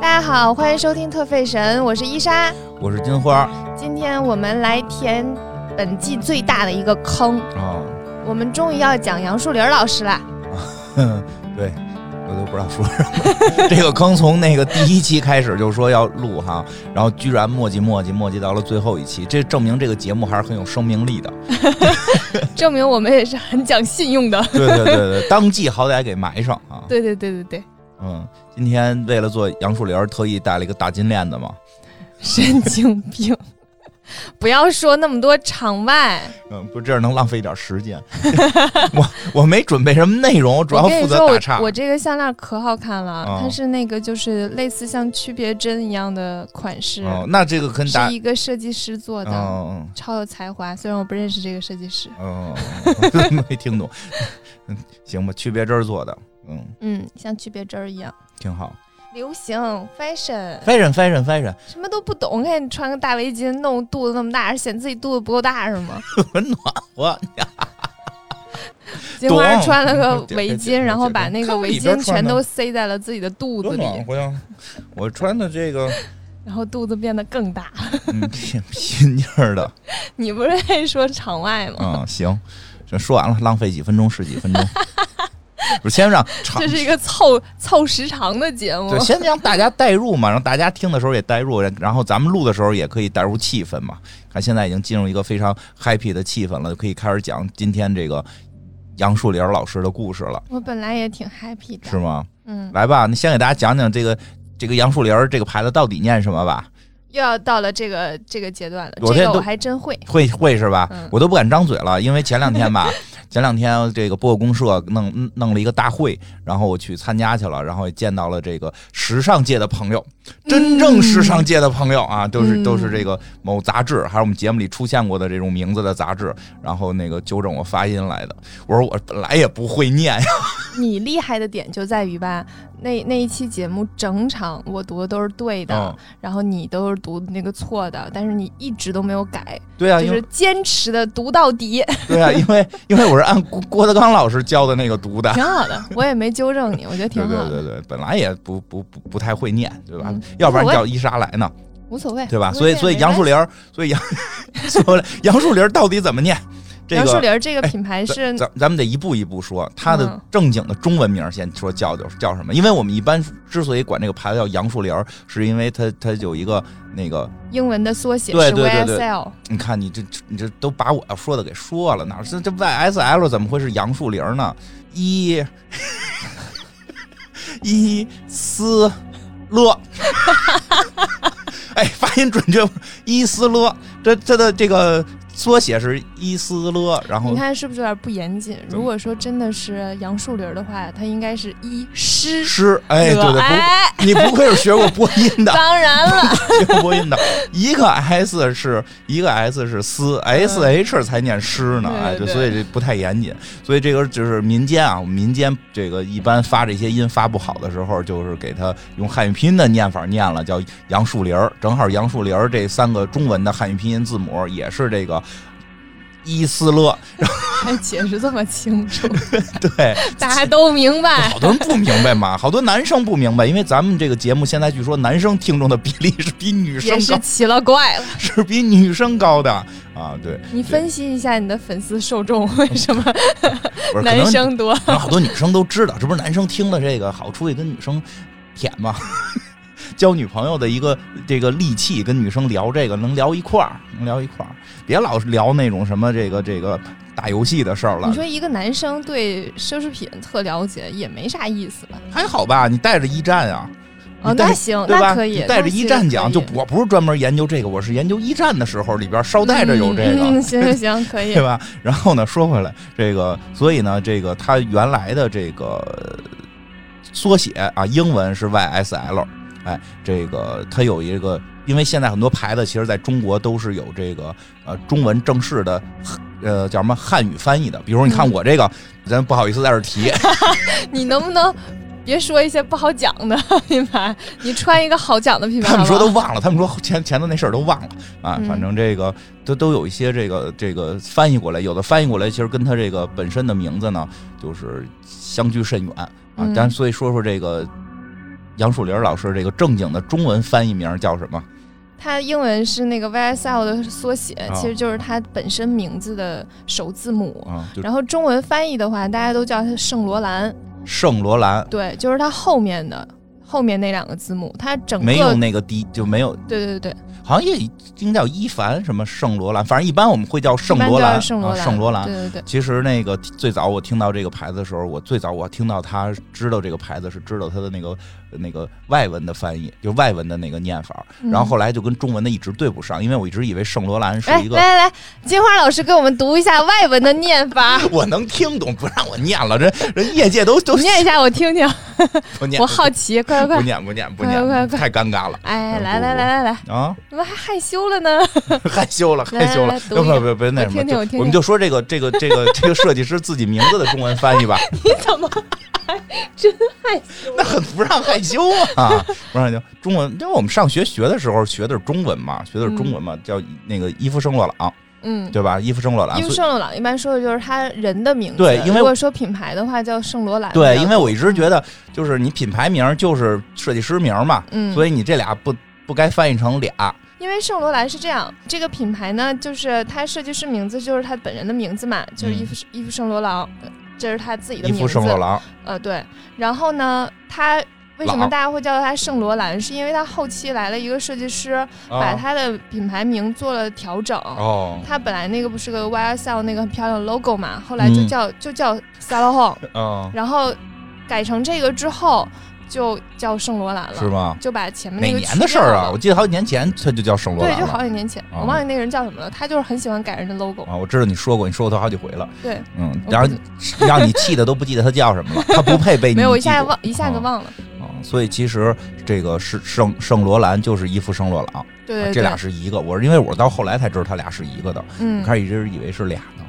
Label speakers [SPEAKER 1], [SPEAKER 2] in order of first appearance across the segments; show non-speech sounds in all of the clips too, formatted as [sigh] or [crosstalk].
[SPEAKER 1] 家好，欢迎收听特费神，我是伊莎。
[SPEAKER 2] 我是金花
[SPEAKER 1] 今天我们来填本季最大的一个坑，
[SPEAKER 2] 啊，
[SPEAKER 1] 我们终于要讲杨树林老师 [laughs] 了。
[SPEAKER 2] 哼啊 [laughs] 对，我都不知道说什么。 [laughs] 这个坑从那个第一期开始就说要录哈，然后居然磨叽磨叽磨叽到了最后一期，这证明这个节目还是很有生命力的。
[SPEAKER 1] 证明我们也是很讲信用的。
[SPEAKER 2] 对对对 [laughs] 对，当季好歹给埋上啊。
[SPEAKER 1] [laughs] 对对对对对，
[SPEAKER 2] 嗯，今天为了做杨树林儿，特意带了一个大金链子嘛。
[SPEAKER 1] 神经病！ [laughs] 不要说那么多场外，
[SPEAKER 2] 嗯，不这样能浪费一点时 [laughs] 间。我我没准备什么内容，我主要
[SPEAKER 1] 我跟
[SPEAKER 2] 负
[SPEAKER 1] 你
[SPEAKER 2] 责
[SPEAKER 1] 说，
[SPEAKER 2] 打岔
[SPEAKER 1] 我。我这个项链可好看了，
[SPEAKER 2] 哦
[SPEAKER 1] 它是那个就是类似像区别针一样的款式，
[SPEAKER 2] 哦，那这个跟
[SPEAKER 1] 是
[SPEAKER 2] 大
[SPEAKER 1] 一个设计师做
[SPEAKER 2] 嗯
[SPEAKER 1] 的，
[SPEAKER 2] 嗯。
[SPEAKER 1] 超有才华。虽然我不认识这个设计师，
[SPEAKER 2] 哦，没听懂。嗯行吧，区别针儿做的，嗯，
[SPEAKER 1] 嗯，像区别针儿一样。
[SPEAKER 2] 挺好。
[SPEAKER 1] 流行 fashion
[SPEAKER 2] fashion fashion fashion，
[SPEAKER 1] 什么都不懂，看你穿个大围巾，弄肚子那么大，显自己肚子不够大是吗？
[SPEAKER 2] 很暖和。
[SPEAKER 1] 金花
[SPEAKER 2] 懂
[SPEAKER 1] 穿了个
[SPEAKER 2] 对
[SPEAKER 1] 围
[SPEAKER 2] 对
[SPEAKER 1] 巾，
[SPEAKER 2] 对
[SPEAKER 1] 然后
[SPEAKER 2] 对
[SPEAKER 1] 把那
[SPEAKER 2] 对
[SPEAKER 1] 个
[SPEAKER 2] 看
[SPEAKER 1] 围
[SPEAKER 2] 里边
[SPEAKER 1] 巾
[SPEAKER 2] 穿
[SPEAKER 1] 全
[SPEAKER 2] 的
[SPEAKER 1] 都塞在了自己的肚子里，
[SPEAKER 2] 和呀！我穿的这个，
[SPEAKER 1] 然后肚子变得更大。
[SPEAKER 2] 嗯，拼拼劲儿的，
[SPEAKER 1] 你不是还说场外吗？
[SPEAKER 2] 嗯，行，这说完了，浪费几分钟是几分钟。我先让场
[SPEAKER 1] 这，是一个凑凑时长的节目
[SPEAKER 2] 对，。先让大家代入嘛，让大家听的时候也代入，然后咱们录的时候也可以代入气氛嘛。看现在已经进入一个非常 happy 的气氛了，就可以开始讲今天这个杨树林老师的故事了，
[SPEAKER 1] 我本来也挺 happy
[SPEAKER 2] 是
[SPEAKER 1] 的，
[SPEAKER 2] 吗？
[SPEAKER 1] 嗯，
[SPEAKER 2] 来吧，那先给大家讲讲这个这个杨树林儿这个牌子到底念什么吧。
[SPEAKER 1] 又要到了这个这个阶段了，
[SPEAKER 2] 我
[SPEAKER 1] 这
[SPEAKER 2] 现
[SPEAKER 1] 个
[SPEAKER 2] 在
[SPEAKER 1] 我
[SPEAKER 2] 都
[SPEAKER 1] 还真会。
[SPEAKER 2] 会会是吧
[SPEAKER 1] 嗯？
[SPEAKER 2] 我都不敢张嘴了，因为前两
[SPEAKER 1] [laughs]
[SPEAKER 2] 天吧，前两天这个播客公社弄弄了一个大会，然后我去参加去了，然后也见到了这个时尚界的朋友，真正时尚界的朋友啊，都
[SPEAKER 1] 嗯
[SPEAKER 2] 是都是这个某杂志，还有我们节目里出现过的这种名字的杂志，然后那个纠正我发音来的，我说我本来也不会念呀，
[SPEAKER 1] 你厉害的点就在于吧，那那一期节目整场我读的都是对的，
[SPEAKER 2] 嗯
[SPEAKER 1] 然后你都是读那个错的，但是你一直都没有改，
[SPEAKER 2] 对啊，
[SPEAKER 1] 就
[SPEAKER 2] 因
[SPEAKER 1] 是
[SPEAKER 2] 为
[SPEAKER 1] 坚持的读到
[SPEAKER 2] [laughs]
[SPEAKER 1] 底，
[SPEAKER 2] 对啊，因为因为我是按郭郭德纲老师教的那个读的，
[SPEAKER 1] 挺好的。我也没纠正你，我觉得挺
[SPEAKER 2] 对
[SPEAKER 1] 好的，
[SPEAKER 2] 对对对，本来也不不不不太会念，对吧？
[SPEAKER 1] 嗯
[SPEAKER 2] 要不然
[SPEAKER 1] 无所
[SPEAKER 2] 叫伊莎来呢，
[SPEAKER 1] 无所谓，
[SPEAKER 2] 对吧？
[SPEAKER 1] 无
[SPEAKER 2] 所以
[SPEAKER 1] 谓
[SPEAKER 2] 所以
[SPEAKER 1] 没
[SPEAKER 2] 杨树
[SPEAKER 1] 关系
[SPEAKER 2] 林儿，所以杨 [laughs] 所以杨树林儿到底怎么念？这
[SPEAKER 1] 杨树
[SPEAKER 2] 个哎
[SPEAKER 1] 林儿这个品牌是
[SPEAKER 2] 咱咱咱们得一步一步说，它的
[SPEAKER 1] 嗯
[SPEAKER 2] 正经的中文名儿先说叫叫叫什么？因为我们一般之所以管这个牌子叫杨树林儿，是因为它它有一个那个，
[SPEAKER 1] 英文的缩写，
[SPEAKER 2] 对
[SPEAKER 1] 是
[SPEAKER 2] 对对对
[SPEAKER 1] YSL。
[SPEAKER 2] 你看你这你这都把我要说的给说了，哪是这 YSL 怎么会是杨树林儿呢？一 [laughs] 一丝勒，哎，发音准确，伊斯勒，这这的这个缩写是伊斯勒，然后
[SPEAKER 1] 你看是不是有点不严谨？如果说真的是杨树林儿的话，它应该是一师
[SPEAKER 2] 诗，哎，对对，不， [laughs]
[SPEAKER 1] 哎，
[SPEAKER 2] 你不愧是学过播音的，
[SPEAKER 1] 当然了，
[SPEAKER 2] 学过播音的， [laughs] 一个 S 是一个 S 是思，S H 才念诗呢，哎，
[SPEAKER 1] 嗯对对
[SPEAKER 2] 对，所以这不太严谨，所以这个就是民间啊，我们民间这个一般发这些音发不好的时候，就是给它用汉语拼音的念法念了，叫杨树林儿，正好杨树林儿这三个中文的汉语拼音字母也是这个 [laughs] 伊斯勒，
[SPEAKER 1] 还哎解释这么清
[SPEAKER 2] [laughs]
[SPEAKER 1] 楚，
[SPEAKER 2] 对。
[SPEAKER 1] 大家都明白。
[SPEAKER 2] 好多人不明白嘛，好多男生不明白，因为咱们这个节目现在据说男生听众的比例 [laughs] 是比女生
[SPEAKER 1] [laughs] 也是
[SPEAKER 2] 高，
[SPEAKER 1] 奇了怪了，
[SPEAKER 2] 是比女生高的啊。对，
[SPEAKER 1] 你分析一下你的粉丝受
[SPEAKER 2] [laughs]
[SPEAKER 1] 众为什么
[SPEAKER 2] 不是可
[SPEAKER 1] 男
[SPEAKER 2] 能
[SPEAKER 1] 生多？
[SPEAKER 2] 可能好多女生都知道， [laughs] 这不是男生听了这个好出去跟女生舔吗？ [laughs] 交女朋友的一个这个利器，跟女生聊这个能聊一块儿，能聊一块儿，别老是聊那种什么这个这个打游戏的事儿了
[SPEAKER 1] 你。说一个男生对奢侈品特了解也没啥意思吧？
[SPEAKER 2] 还好吧，你带着一战啊，
[SPEAKER 1] 哦，
[SPEAKER 2] 你带
[SPEAKER 1] 那行，
[SPEAKER 2] 对吧？
[SPEAKER 1] 那可以
[SPEAKER 2] 你带着一战讲，就
[SPEAKER 1] 不
[SPEAKER 2] 我不是专门研究这个，我是研究一战的时候里边捎带着有这个。
[SPEAKER 1] 嗯，嗯行行行，可以
[SPEAKER 2] [laughs] 对。吧？然后呢，说回来，这个，所以呢，这个它原来的这个呃缩写啊，英文是 YSL，哎，这个它有一个，因为现在很多牌子其实在中国都是有这个呃中文正式的呃叫什么汉语翻译的，比如你看我这个，咱不好意思在这儿提，
[SPEAKER 1] 你能不能别说一些不好讲的品牌？你穿一个好讲的品牌
[SPEAKER 2] 他
[SPEAKER 1] 好不
[SPEAKER 2] 们
[SPEAKER 1] 好。
[SPEAKER 2] 说都忘了，他们说前前头那事儿都忘了啊
[SPEAKER 1] 嗯。
[SPEAKER 2] 反正这个都都有一些这个这个翻译过来，有的翻译过来其实跟他这个本身的名字呢，就是相距甚远啊
[SPEAKER 1] 嗯。
[SPEAKER 2] 咱所以说说这个杨树林老师这个正经的中文翻译名叫什么？
[SPEAKER 1] 它英文是那个 YSL 的缩写，
[SPEAKER 2] 啊
[SPEAKER 1] 其实就是它本身名字的首字母。
[SPEAKER 2] 啊，就
[SPEAKER 1] 然后中文翻译的话，大家都叫它圣罗兰，
[SPEAKER 2] 圣罗兰，
[SPEAKER 1] 对，就是它后面的后面那两个字母，它整
[SPEAKER 2] 没有
[SPEAKER 1] 个
[SPEAKER 2] 那个第就没有，
[SPEAKER 1] 对对对，
[SPEAKER 2] 好像也应叫伊凡什么圣罗兰，反正一般我们会叫圣
[SPEAKER 1] 一般
[SPEAKER 2] 罗
[SPEAKER 1] 叫
[SPEAKER 2] 兰，
[SPEAKER 1] 圣罗
[SPEAKER 2] 啊
[SPEAKER 1] 兰，
[SPEAKER 2] 圣罗兰。
[SPEAKER 1] 对对对，
[SPEAKER 2] 其实那个最早我听到这个牌子的时候，我最早我听到他知道这个牌子是知道它的那个那个外文的翻译，就外文的那个念法，然后后
[SPEAKER 1] 来。
[SPEAKER 2] 来就跟中文的一直对不上，因为我一直以为圣罗兰是
[SPEAKER 1] 来
[SPEAKER 2] 一个
[SPEAKER 1] 哎来来，金花老师给我们读一下外文的念法，
[SPEAKER 2] 我能听懂，不让我念了，人人
[SPEAKER 1] [laughs]
[SPEAKER 2] 业界都 [laughs] 都
[SPEAKER 1] 念一下我听听，
[SPEAKER 2] 不念，
[SPEAKER 1] 我好奇，快快快！
[SPEAKER 2] 不念不念不
[SPEAKER 1] 快快
[SPEAKER 2] 念，
[SPEAKER 1] 快
[SPEAKER 2] 太尴尬了
[SPEAKER 1] 哎，
[SPEAKER 2] 嗯
[SPEAKER 1] 来
[SPEAKER 2] 不
[SPEAKER 1] 来
[SPEAKER 2] 不
[SPEAKER 1] 来来来， [laughs]
[SPEAKER 2] 啊！
[SPEAKER 1] 怎么还害羞了呢？ [laughs]
[SPEAKER 2] 害羞了，害
[SPEAKER 1] 来
[SPEAKER 2] 羞
[SPEAKER 1] 来
[SPEAKER 2] 了
[SPEAKER 1] 来，读
[SPEAKER 2] 不
[SPEAKER 1] 一下
[SPEAKER 2] 不不，那
[SPEAKER 1] 我
[SPEAKER 2] 什么，
[SPEAKER 1] 听听我听
[SPEAKER 2] 就我
[SPEAKER 1] 听
[SPEAKER 2] 们就说这个这个这个这个设计师自己名字的中文翻译吧，
[SPEAKER 1] 你怎么还真害羞
[SPEAKER 2] [laughs] 那？很不让害羞 [laughs] 啊，不让害羞。中文，因为我们上学学的时候学的是中文嘛，学的是中文嘛，叫那个伊夫圣洛朗，
[SPEAKER 1] 嗯，
[SPEAKER 2] 对吧？伊夫圣洛朗
[SPEAKER 1] 因，为
[SPEAKER 2] 所以
[SPEAKER 1] 圣罗朗一般说的就是他人的名字，
[SPEAKER 2] 对因为
[SPEAKER 1] 如果说品牌的话叫圣罗兰，
[SPEAKER 2] 对，因为我一直
[SPEAKER 1] 得，
[SPEAKER 2] 觉得就是你品牌名就是设计师名嘛，
[SPEAKER 1] 嗯，
[SPEAKER 2] 所以你这俩不不该翻译成俩，
[SPEAKER 1] 因为圣罗兰是这样，这个品牌呢，就是它设计师名字就是他本人的名字嘛，就是伊夫、伊夫圣罗朗，呃这是他自己的
[SPEAKER 2] 伊
[SPEAKER 1] 名字，
[SPEAKER 2] 嗯夫圣洛朗，
[SPEAKER 1] 呃，对。然后呢，他为什么
[SPEAKER 2] 朗
[SPEAKER 1] 大家会叫他圣罗兰？是因为他后期来了一个设计师，把
[SPEAKER 2] 啊
[SPEAKER 1] 他的品牌名做了调整。
[SPEAKER 2] 哦
[SPEAKER 1] 他本来那个不是个 YSL 那个很漂亮的 logo 嘛，后来就
[SPEAKER 2] 嗯
[SPEAKER 1] 叫、就叫 s a l o h o n
[SPEAKER 2] 哦，
[SPEAKER 1] 然后改成这个之后就叫圣罗兰
[SPEAKER 2] 是
[SPEAKER 1] 了，
[SPEAKER 2] 吗？
[SPEAKER 1] 就把前面
[SPEAKER 2] 哪
[SPEAKER 1] 嗯那个
[SPEAKER 2] 年的事儿啊？
[SPEAKER 1] 去
[SPEAKER 2] 我记得好几年前他就叫圣罗
[SPEAKER 1] 掉了？
[SPEAKER 2] 兰
[SPEAKER 1] 对，就
[SPEAKER 2] 了。
[SPEAKER 1] 好几年前，
[SPEAKER 2] 哦
[SPEAKER 1] 我忘记那个人叫什么了。他就是很喜欢改人的 logo，
[SPEAKER 2] 啊，我知道你说过，你说过他好几回了。
[SPEAKER 1] 对，
[SPEAKER 2] 嗯，
[SPEAKER 1] 我
[SPEAKER 2] 然后
[SPEAKER 1] 不
[SPEAKER 2] 你让你气的都不记得他叫什么了，他不配被你
[SPEAKER 1] 没有，我一
[SPEAKER 2] 记
[SPEAKER 1] 下
[SPEAKER 2] 住
[SPEAKER 1] 忘一下就
[SPEAKER 2] 哦
[SPEAKER 1] 忘了。
[SPEAKER 2] 啊。所以其实这个是圣圣罗兰就是伊夫圣罗朗，
[SPEAKER 1] 对对
[SPEAKER 2] 啊这
[SPEAKER 1] 对，
[SPEAKER 2] 俩是一个。我是因为我到后来才知道他俩是一个的，我
[SPEAKER 1] 嗯
[SPEAKER 2] 开始一直以为是俩呢。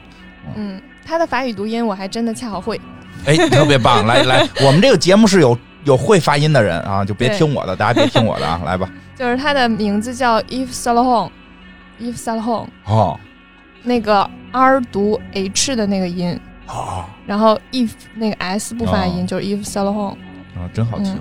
[SPEAKER 1] 嗯，他的法语读音我还真的恰好会。
[SPEAKER 2] 哎，特别棒！来来， [laughs] 我们这个节目是有有会发音的人啊，就别
[SPEAKER 1] 对
[SPEAKER 2] 听我的，大家别听我的啊，
[SPEAKER 1] [laughs]
[SPEAKER 2] 来吧。
[SPEAKER 1] 就是他的名字叫 Yves s a l o n y v e s s a l o n
[SPEAKER 2] 哦
[SPEAKER 1] 那个 R 读 H 的那个音，
[SPEAKER 2] 哦
[SPEAKER 1] 然后 if 那个 S 不发音，
[SPEAKER 2] 哦
[SPEAKER 1] 就是 Yves s a l o n
[SPEAKER 2] 啊，真好听。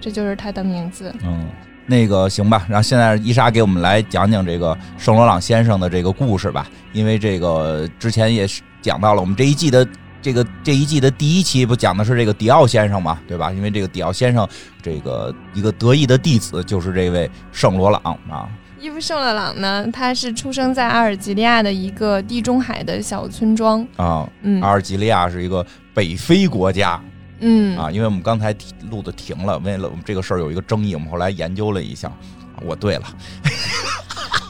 [SPEAKER 1] 这就是他的名字。
[SPEAKER 2] 嗯，那个行吧，然后现在伊莎给我们来讲讲这个圣罗朗先生的这个故事吧，因为这个之前也是讲到了，我们这一季的这个这一季的第一期不讲的是这个迪奥先生嘛，对吧？因为这个迪奥先生这个一个得意的弟子就是这位圣罗朗啊，
[SPEAKER 1] 伊夫圣勒朗呢，他是出生在阿尔及利亚的一个地中海的小村庄。
[SPEAKER 2] 啊，
[SPEAKER 1] 嗯
[SPEAKER 2] 阿尔及利亚是一个北非国家
[SPEAKER 1] 嗯
[SPEAKER 2] 啊，因为我们刚才录的停了，为了我们这个事儿有一个争议，我们后来研究了一下，啊我对了。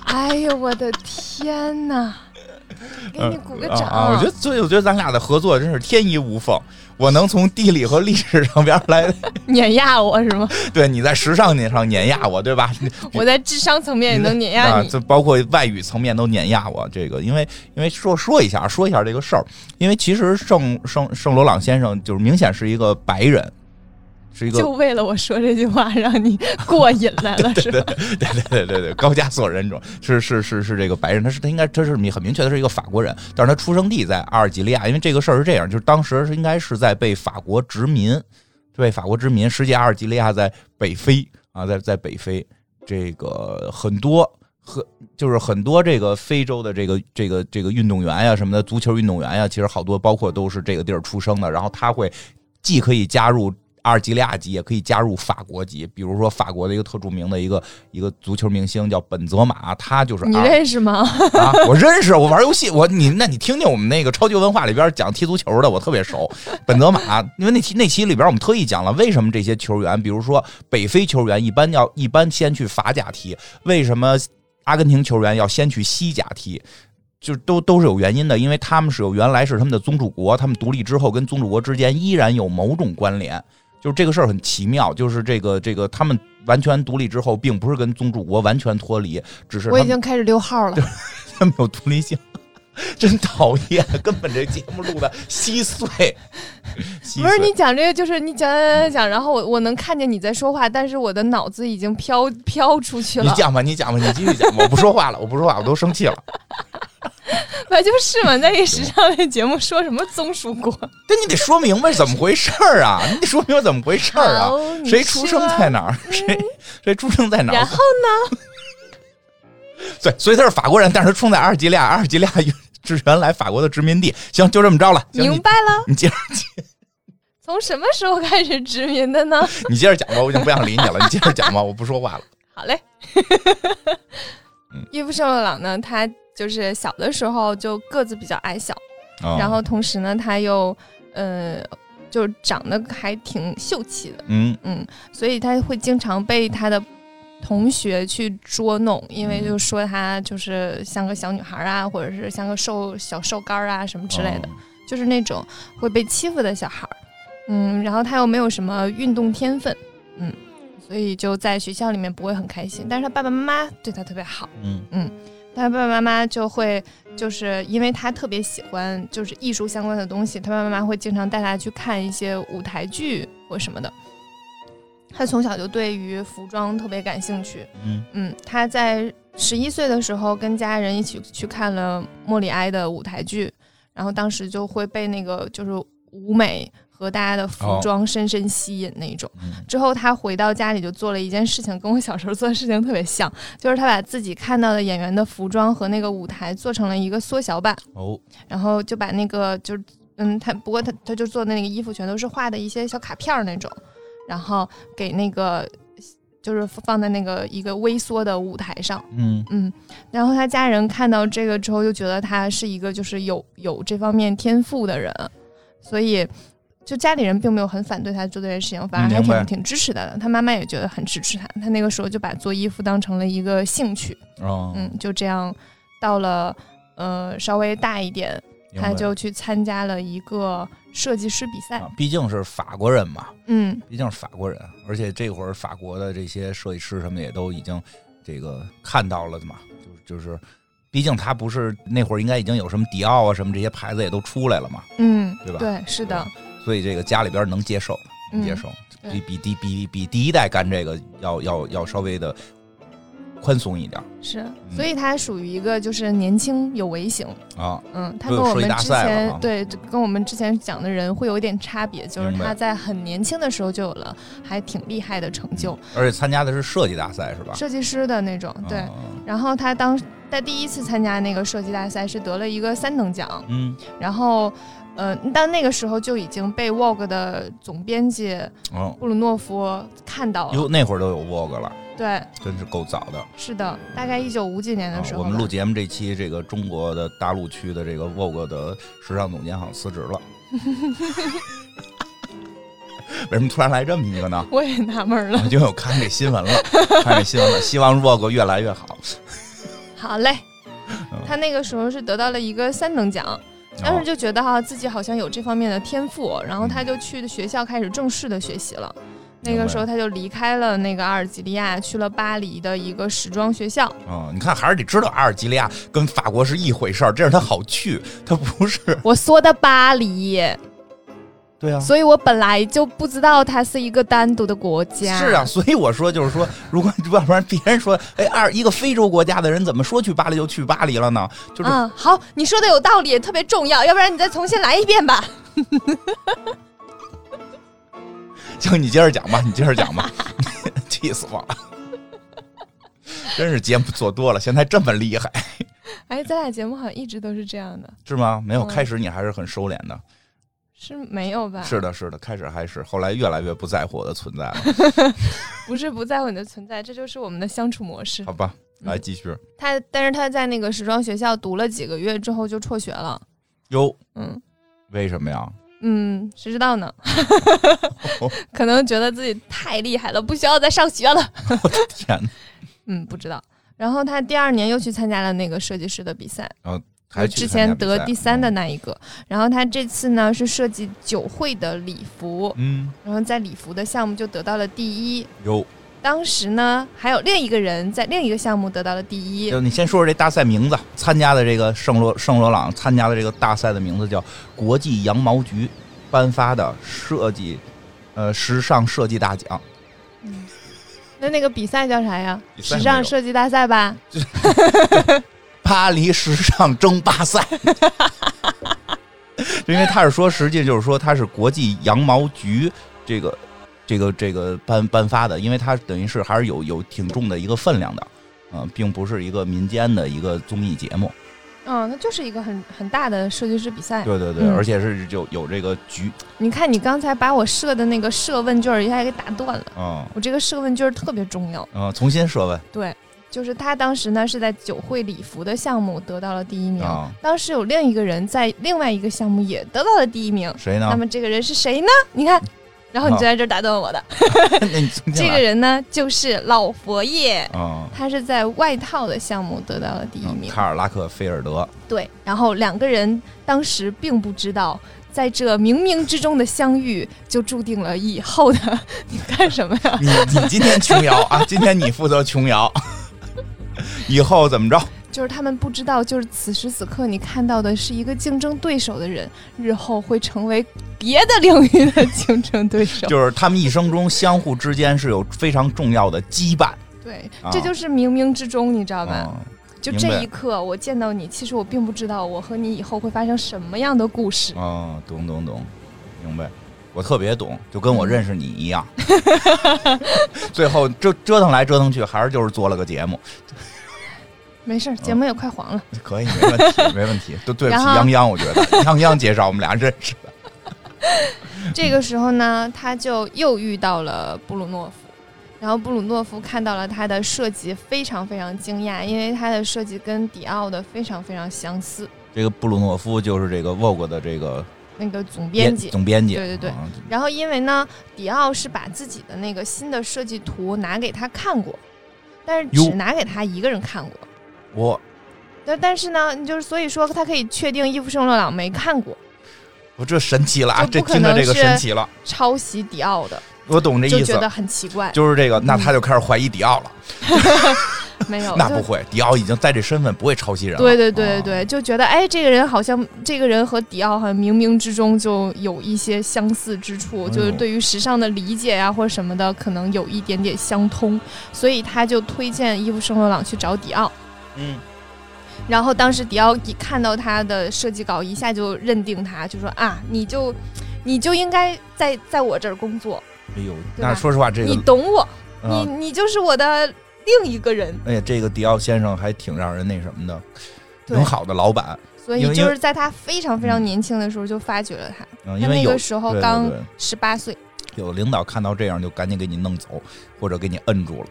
[SPEAKER 1] 哎呦我的天哪！给你鼓个掌。
[SPEAKER 2] 啊啊！我觉得，所以我觉得咱俩的合作真是天衣无缝。我能从地理和历史上边儿来，
[SPEAKER 1] 碾压我是吗？
[SPEAKER 2] 对你在时尚上碾压我，对吧？ [laughs]
[SPEAKER 1] 我在智商层面也能碾压
[SPEAKER 2] 啊，
[SPEAKER 1] 你。
[SPEAKER 2] 这包括外语层面都碾压我。这个，因为因为说说一下，说一下这个事儿，因为其实圣圣圣罗朗先生就是明显是一个白人，是一个
[SPEAKER 1] 就为了我说这句话，让你过瘾来了是吧？
[SPEAKER 2] [laughs] 对对对对对，高加索人种是是是是这个白人，他是他应该他是很明确的是一个法国人，但是他出生地在阿尔及利亚，因为这个事儿是这样，就是当时是应该是在被法国殖民，被法国殖民，实际阿尔及利亚在北非啊，在在北非，这个很多和就是很多这个非洲的这个这个这个运动员呀什么的，足球运动员呀，其实好多包括都是这个地儿出生的，然后他会既可以加入。阿尔及利亚籍也可以加入法国籍，比如说法国的一个特著名的一个一个足球明星叫本泽马，他就是
[SPEAKER 1] 你
[SPEAKER 2] 阿
[SPEAKER 1] 认识吗？
[SPEAKER 2] [laughs] 啊，我认识，我玩游戏，我你那你听听我们那个超级文化里边讲踢足球的，我特别熟，本泽马，因为那期那期里边我们特意讲了为什么这些球员，比如说北非球员一般要一般先去法甲踢，为什么阿根廷球员要先去西甲踢。就都都是有原因的，因为他们是有原来是他们的宗主国，他们独立之后跟宗主国之间依然有某种关联，就是这个事儿很奇妙，就是这个这个他们完全独立之后，并不是跟宗主国完全脱离，只是他
[SPEAKER 1] 我
[SPEAKER 2] 们
[SPEAKER 1] 已经开始溜号了。
[SPEAKER 2] 他没有独立性， [laughs] 真讨厌！根本这节目录的稀碎，稀碎
[SPEAKER 1] 不是你讲这个，就是你讲讲讲讲，然后我我能看见你在说话，但是我的脑子已经飘飘出去
[SPEAKER 2] 你
[SPEAKER 1] 了。 [laughs]
[SPEAKER 2] 讲吧，你讲吧，你继续讲吧，我不说话了，我不说话，我都生气了。
[SPEAKER 1] 本来就是嘛，在一时尚类节目说什么棕树
[SPEAKER 2] [laughs]
[SPEAKER 1] 国
[SPEAKER 2] 但你得说明白怎么回事儿啊！
[SPEAKER 1] [laughs]
[SPEAKER 2] 你得说明白怎么回事儿啊！谁出生在？哪儿？谁谁出生在哪
[SPEAKER 1] 然
[SPEAKER 2] 儿？
[SPEAKER 1] 后
[SPEAKER 2] 对，所以他是法国人，但是他出生在阿尔及利亚，阿尔及利亚是原来法国的殖民地。行，就这么着了。行，
[SPEAKER 1] 明
[SPEAKER 2] 你
[SPEAKER 1] 白了，
[SPEAKER 2] 你接着
[SPEAKER 1] 从什么时候开始殖民的呢？
[SPEAKER 2] 你接着讲吧，我已经不想理你了。你接着讲吧，我不说话了。
[SPEAKER 1] [laughs] 好嘞 [laughs]
[SPEAKER 2] 嗯。
[SPEAKER 1] 伊夫圣洛朗呢，他就是小的时候就个子比较矮小，
[SPEAKER 2] 哦
[SPEAKER 1] 然后同时呢，他又呃，就长得还挺秀气的，
[SPEAKER 2] 嗯
[SPEAKER 1] 嗯，所以他会经常被他的同学去捉弄，因为
[SPEAKER 2] 嗯
[SPEAKER 1] 就说他就是像个小女孩啊，或者是像个瘦小瘦干儿啊什么之类的，
[SPEAKER 2] 哦
[SPEAKER 1] 就是那种会被欺负的小孩儿。嗯，然后他又没有什么运动天分，嗯，所以就在学校里面不会很开心。但是他爸爸妈妈对他特别好，
[SPEAKER 2] 嗯
[SPEAKER 1] 他爸爸妈妈就会就是因为他特别喜欢就是艺术相关的东西，他爸爸妈妈会经常带他去看一些舞台剧或什么的。他从小就对于服装特别感兴趣，
[SPEAKER 2] 嗯
[SPEAKER 1] 嗯，他在十一岁的时候跟家人一起去看了莫里埃的舞台剧，然后当时就会被那个就是舞美和大家的服
[SPEAKER 2] 哦
[SPEAKER 1] 装深深吸引那一种。
[SPEAKER 2] 嗯
[SPEAKER 1] 之后，他回到家里就做了一件事情，跟我小时候做的事情特别像， [laughs] 就是他把自己看到的演员的服装和那个舞台做成了一个缩小版，
[SPEAKER 2] 哦
[SPEAKER 1] 然后就把那个就是嗯，他不过他他就做的那个衣服全都是画的一些小卡片儿那种，然后给那个就是放在那个一个微缩的舞台上，
[SPEAKER 2] 嗯
[SPEAKER 1] 嗯，然后他家人看到这个之后，就觉得他是一个就是有有这方面天赋的人，所以就家里人并没有很反对他做这件事情，反而还
[SPEAKER 2] 嗯明白
[SPEAKER 1] 挺挺支持他的。他妈妈也觉得很支持他，他那个时候就把做衣服当成了一个兴趣，
[SPEAKER 2] 哦，
[SPEAKER 1] 嗯，就这样到了呃稍微大一点，
[SPEAKER 2] 明白
[SPEAKER 1] 他就去参加了一个设计师比赛，
[SPEAKER 2] 啊毕竟是法国人嘛，
[SPEAKER 1] 嗯，
[SPEAKER 2] 毕竟是法国人，而且这会儿法国的这些设计师什么的也都已经这个看到了的嘛，就就是，毕竟他不是那会儿应该已经有什么迪奥啊什么这些牌子也都出来了嘛，
[SPEAKER 1] 嗯，
[SPEAKER 2] 对吧
[SPEAKER 1] 是
[SPEAKER 2] 对
[SPEAKER 1] 的
[SPEAKER 2] 吧，所以这个家里边能接受，能接受，
[SPEAKER 1] 嗯
[SPEAKER 2] 比比第比比第一代干这个要要要稍微的宽松一点
[SPEAKER 1] 是，所
[SPEAKER 2] 嗯
[SPEAKER 1] 以他属于一个就是年轻有为型，
[SPEAKER 2] 啊，
[SPEAKER 1] 嗯，他
[SPEAKER 2] 都
[SPEAKER 1] 跟
[SPEAKER 2] 有
[SPEAKER 1] 我
[SPEAKER 2] 设计
[SPEAKER 1] 们
[SPEAKER 2] 大
[SPEAKER 1] 之
[SPEAKER 2] 赛了
[SPEAKER 1] 前
[SPEAKER 2] 哈
[SPEAKER 1] 对跟我们之前讲的人会有一点差别，就是
[SPEAKER 2] 明白
[SPEAKER 1] 他在很年轻的时候就有了还挺厉害的成就，
[SPEAKER 2] 而且参加的是设计大赛是吧？
[SPEAKER 1] 设计师的那种。对，
[SPEAKER 2] 嗯
[SPEAKER 1] 然后他当在第一次参加那个设计大赛是得了一个三等奖，
[SPEAKER 2] 嗯，
[SPEAKER 1] 然后呃，但那个时候就已经被 Vogue 的总编辑
[SPEAKER 2] 哦，
[SPEAKER 1] 布鲁诺夫看到了。
[SPEAKER 2] 哟，那会儿都有 Vogue 了，
[SPEAKER 1] 对，
[SPEAKER 2] 真是够早的。
[SPEAKER 1] 是的，大概一九五几年
[SPEAKER 2] 啊
[SPEAKER 1] 的时候
[SPEAKER 2] 我
[SPEAKER 1] 吧。
[SPEAKER 2] 们录节目这期，这个中国的大陆区的这个 Vogue 的时尚总监好像辞职
[SPEAKER 1] [laughs]
[SPEAKER 2] 了。为什么突然来这么一个呢？
[SPEAKER 1] 我也纳闷
[SPEAKER 2] [laughs]
[SPEAKER 1] 了。
[SPEAKER 2] 我就有看这新闻了，看这新闻了，希望 Vogue 越来越好。
[SPEAKER 1] 好嘞
[SPEAKER 2] 嗯，
[SPEAKER 1] 他那个时候是得到了一个三等奖，当
[SPEAKER 2] 哦
[SPEAKER 1] 时就觉得哈、自己好像有这方面的天赋，然
[SPEAKER 2] 嗯
[SPEAKER 1] 后他就去学校开始正式的学习了。那个时候他就离开了那个阿尔及利亚，去了巴黎的一个时装学校。
[SPEAKER 2] 啊、嗯，你看还是得知道阿尔及利亚跟法国是一回事儿，这是他好去，他不是。
[SPEAKER 1] 我说的巴黎，
[SPEAKER 2] [laughs] 对啊。
[SPEAKER 1] 所以我本来就不知道它是一个单独的国家。
[SPEAKER 2] 是啊，，所以我说就是说，如果要不然别人说，哎，二一个非洲国家的人怎么说去巴黎就去巴黎了呢？就是
[SPEAKER 1] 嗯，好，你说的有道理，也特别重要，要不然你再重新来一遍吧。 [laughs]
[SPEAKER 2] 行，你接着讲吧，你接着
[SPEAKER 1] [laughs]
[SPEAKER 2] 讲吧，气死我了！真是节目做多了，现在这么厉害
[SPEAKER 1] 哎，咱俩节目好像一直都是这样的，
[SPEAKER 2] 是吗？没有，
[SPEAKER 1] 嗯啊
[SPEAKER 2] 开始你还是很收敛的，
[SPEAKER 1] 是没有吧？
[SPEAKER 2] 是的，是的，开始还是，后来越来越不在乎我的存在了，
[SPEAKER 1] 不是不在乎你的存在，这就是我们的相处模式
[SPEAKER 2] 好。吧，
[SPEAKER 1] 嗯
[SPEAKER 2] 来继续。
[SPEAKER 1] 他，但是他在那个时装学校读了几个月之后就辍学了。
[SPEAKER 2] 哟，
[SPEAKER 1] 嗯
[SPEAKER 2] 为什么呀？
[SPEAKER 1] 嗯，谁知道呢？
[SPEAKER 2] [laughs]
[SPEAKER 1] [laughs] 可能觉得自己太厉害了，不需要再上学了。 [laughs]
[SPEAKER 2] 天哪，
[SPEAKER 1] 嗯，不知道。然后他第二年又去参加了那个设计师的比赛，
[SPEAKER 2] 还去
[SPEAKER 1] 之
[SPEAKER 2] 参加
[SPEAKER 1] 前
[SPEAKER 2] 比
[SPEAKER 1] 得
[SPEAKER 2] 赛嗯
[SPEAKER 1] 第三的，那一个。然后他这次呢是设计酒会的礼服，
[SPEAKER 2] 嗯，
[SPEAKER 1] 然后在礼服的项目就得到了第一。
[SPEAKER 2] 哟，
[SPEAKER 1] 当时呢还有另一个人在另一个项目得到了第一，
[SPEAKER 2] 就你先说说这大赛名字，参加的这个圣罗圣罗朗参加的这个大赛的名字叫国际羊毛局颁发的设计，呃，时尚设计大奖。
[SPEAKER 1] 那那个比赛叫啥呀？
[SPEAKER 2] 比赛
[SPEAKER 1] 时
[SPEAKER 2] 没有
[SPEAKER 1] 尚设计大赛吧？
[SPEAKER 2] 巴黎时尚争
[SPEAKER 1] [laughs]
[SPEAKER 2] 霸赛。因为他是说，实际就是说他是国际羊毛局这个这个这个颁颁发的，因为它等于是还是有有挺重的一个分量的，嗯、并不是一个民间的一个综艺节目。
[SPEAKER 1] 嗯，那就是一个很很大的设计师比赛。
[SPEAKER 2] 对对对，
[SPEAKER 1] 嗯
[SPEAKER 2] 而且是有有这个局
[SPEAKER 1] 你看，你刚才把我设的那个设问卷儿一下给打断了，
[SPEAKER 2] 啊。嗯
[SPEAKER 1] 我这个设问卷儿特别重要。
[SPEAKER 2] 嗯，重新说问
[SPEAKER 1] 对，就是他当时呢是在酒会礼服的项目得到了第一名，
[SPEAKER 2] 啊，
[SPEAKER 1] 当时有另一个人在另外一个项目也得到了第一名，
[SPEAKER 2] 谁
[SPEAKER 1] 那
[SPEAKER 2] 呢？
[SPEAKER 1] 么这个人是谁呢？你看，然后你就在这儿打断我的，
[SPEAKER 2] [laughs] 那你重新
[SPEAKER 1] 这
[SPEAKER 2] 来
[SPEAKER 1] 个人呢就是老佛爷，
[SPEAKER 2] 嗯，
[SPEAKER 1] 他是在外套的项目得到了第一
[SPEAKER 2] 嗯
[SPEAKER 1] 名。
[SPEAKER 2] 卡尔拉克菲尔德， [laughs]
[SPEAKER 1] 对，然后两个人当时并不知道，在这冥冥之中的相遇，就注定了以后的 [laughs] 你干什么呀？
[SPEAKER 2] 你你今天琼瑶啊，今天你负责琼瑶， [laughs] 以后怎么着？
[SPEAKER 1] 就是他们不知道，就是此时此刻你看到的是一个竞争对手的人，日后会成为别的领域的竞争对手。
[SPEAKER 2] 就是他们一生中相互之间是有非常重要的羁绊，
[SPEAKER 1] [laughs] 对，
[SPEAKER 2] 啊
[SPEAKER 1] 这就是冥冥之中，你知道吧？
[SPEAKER 2] 嗯，
[SPEAKER 1] 就
[SPEAKER 2] 明白
[SPEAKER 1] 这一刻，我见到你，其实我并不知道我和你以后会发生什么样的故事。
[SPEAKER 2] 哦，懂懂懂，明白。我特别懂，就跟我认识你一
[SPEAKER 1] [laughs]
[SPEAKER 2] 样。最后折折腾来折腾去，还是就是做了个节目，
[SPEAKER 1] 没事儿，节目也快黄了。
[SPEAKER 2] 可以，没问题，没问题。都对不起
[SPEAKER 1] 然后
[SPEAKER 2] 泱泱，我觉得 [laughs] 泱泱介绍我们俩认识的。
[SPEAKER 1] 这个时候呢，他就又遇到了布鲁诺夫，然后布鲁诺夫看到了他的设计，非常非常惊讶，因为他的设计跟迪奥的非常非常相似。
[SPEAKER 2] 这个布鲁诺夫就是这个 Vogue 的这个
[SPEAKER 1] 那个总编辑，
[SPEAKER 2] 总编辑，
[SPEAKER 1] 对对对
[SPEAKER 2] 嗯
[SPEAKER 1] 然后因为呢，迪奥是把自己的那个新的设计图拿给他看过，但是
[SPEAKER 2] 哟
[SPEAKER 1] 只拿给他一个人看过。
[SPEAKER 2] 我
[SPEAKER 1] 但但是呢，就是所以说，他可以确定伊夫圣洛朗没看过
[SPEAKER 2] 我这神奇了啊！这
[SPEAKER 1] 就不可
[SPEAKER 2] 听
[SPEAKER 1] 能
[SPEAKER 2] 着这个
[SPEAKER 1] 是
[SPEAKER 2] 神奇了，
[SPEAKER 1] 抄袭迪奥的，
[SPEAKER 2] 我懂这
[SPEAKER 1] 就
[SPEAKER 2] 意
[SPEAKER 1] 觉
[SPEAKER 2] 思，啊
[SPEAKER 1] 得很奇怪。
[SPEAKER 2] 就是这个。那
[SPEAKER 1] 嗯
[SPEAKER 2] 他就开始怀疑迪奥了。
[SPEAKER 1] 没有，
[SPEAKER 2] 那
[SPEAKER 1] 哦就
[SPEAKER 2] 不会，迪奥已经在这身份不会抄袭人了。
[SPEAKER 1] 对对对对
[SPEAKER 2] 啊，
[SPEAKER 1] 对，就觉得哎，这个人好像这个人和迪奥好像冥冥之中就有一些相似之处，
[SPEAKER 2] 哎呦
[SPEAKER 1] 就是对于时尚的理解啊呀、或者什么的，可能有一点点相通，所以他就推荐伊夫圣罗朗去找迪奥。
[SPEAKER 2] 嗯，
[SPEAKER 1] 然后当时迪奥一看到他的设计稿，一下就认定他，就说啊，你就你就应该在在我这儿工作，
[SPEAKER 2] 哎呦，
[SPEAKER 1] 对吧
[SPEAKER 2] 那说实话，这个
[SPEAKER 1] 你懂我，
[SPEAKER 2] 啊
[SPEAKER 1] 你你就是我的另一个人，
[SPEAKER 2] 哎呀，这个迪奥先生还挺让人那什么的，
[SPEAKER 1] 对
[SPEAKER 2] 挺好的老板，
[SPEAKER 1] 所
[SPEAKER 2] 因
[SPEAKER 1] 以
[SPEAKER 2] 为
[SPEAKER 1] 就
[SPEAKER 2] 因为
[SPEAKER 1] 是在他非常非常年轻的时候就发掘了他。他
[SPEAKER 2] 嗯，因为
[SPEAKER 1] 那
[SPEAKER 2] 有
[SPEAKER 1] 个时候
[SPEAKER 2] 对对
[SPEAKER 1] 刚
[SPEAKER 2] 对
[SPEAKER 1] 十八岁，
[SPEAKER 2] 有领导看到这样就赶紧给你弄走，或者给你摁住了，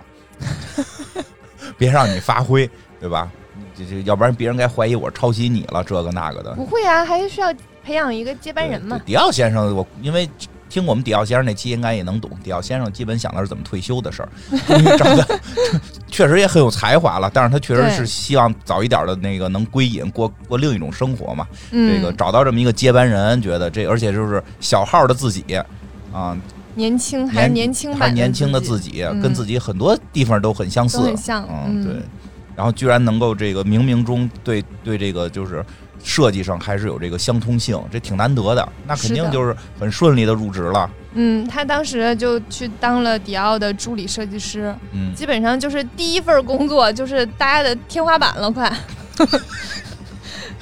[SPEAKER 1] [laughs]
[SPEAKER 2] 别让你发挥，对吧？这这，要不然别人该怀疑我抄袭你了，这个那个的。
[SPEAKER 1] 不会啊，还需要培养一个接班人
[SPEAKER 2] 对
[SPEAKER 1] 嘛
[SPEAKER 2] 对。迪奥先生，我因为听我们迪奥先生那期应该也能懂，迪奥先生基本想的是怎么退休
[SPEAKER 1] [laughs]
[SPEAKER 2] 的事儿，终于找到，确实也很有才华了，但是他确实
[SPEAKER 1] 对
[SPEAKER 2] 是希望早一点的那个能归隐，过过另一种生活嘛。
[SPEAKER 1] 嗯，
[SPEAKER 2] 这个找到这么一个接班人，觉得这而且就是小号的自己啊，
[SPEAKER 1] 年轻还
[SPEAKER 2] 年
[SPEAKER 1] 是年轻
[SPEAKER 2] 还
[SPEAKER 1] 版
[SPEAKER 2] 是年轻的
[SPEAKER 1] 自
[SPEAKER 2] 自
[SPEAKER 1] 己
[SPEAKER 2] 己，
[SPEAKER 1] 嗯
[SPEAKER 2] 跟自己很多地方都很相似
[SPEAKER 1] 都，很像。
[SPEAKER 2] 嗯，对。然后居然能够这个冥冥中对对这个就是设计上还是有这个相通性，这挺难得的。那肯
[SPEAKER 1] 是
[SPEAKER 2] 定
[SPEAKER 1] 的
[SPEAKER 2] 就是很顺利的入职了，
[SPEAKER 1] 嗯，他当时就去当了迪奥的助理设计师，
[SPEAKER 2] 嗯，
[SPEAKER 1] 基本上就是第一份工作就是大家的天花板了，
[SPEAKER 2] [laughs]
[SPEAKER 1] 快。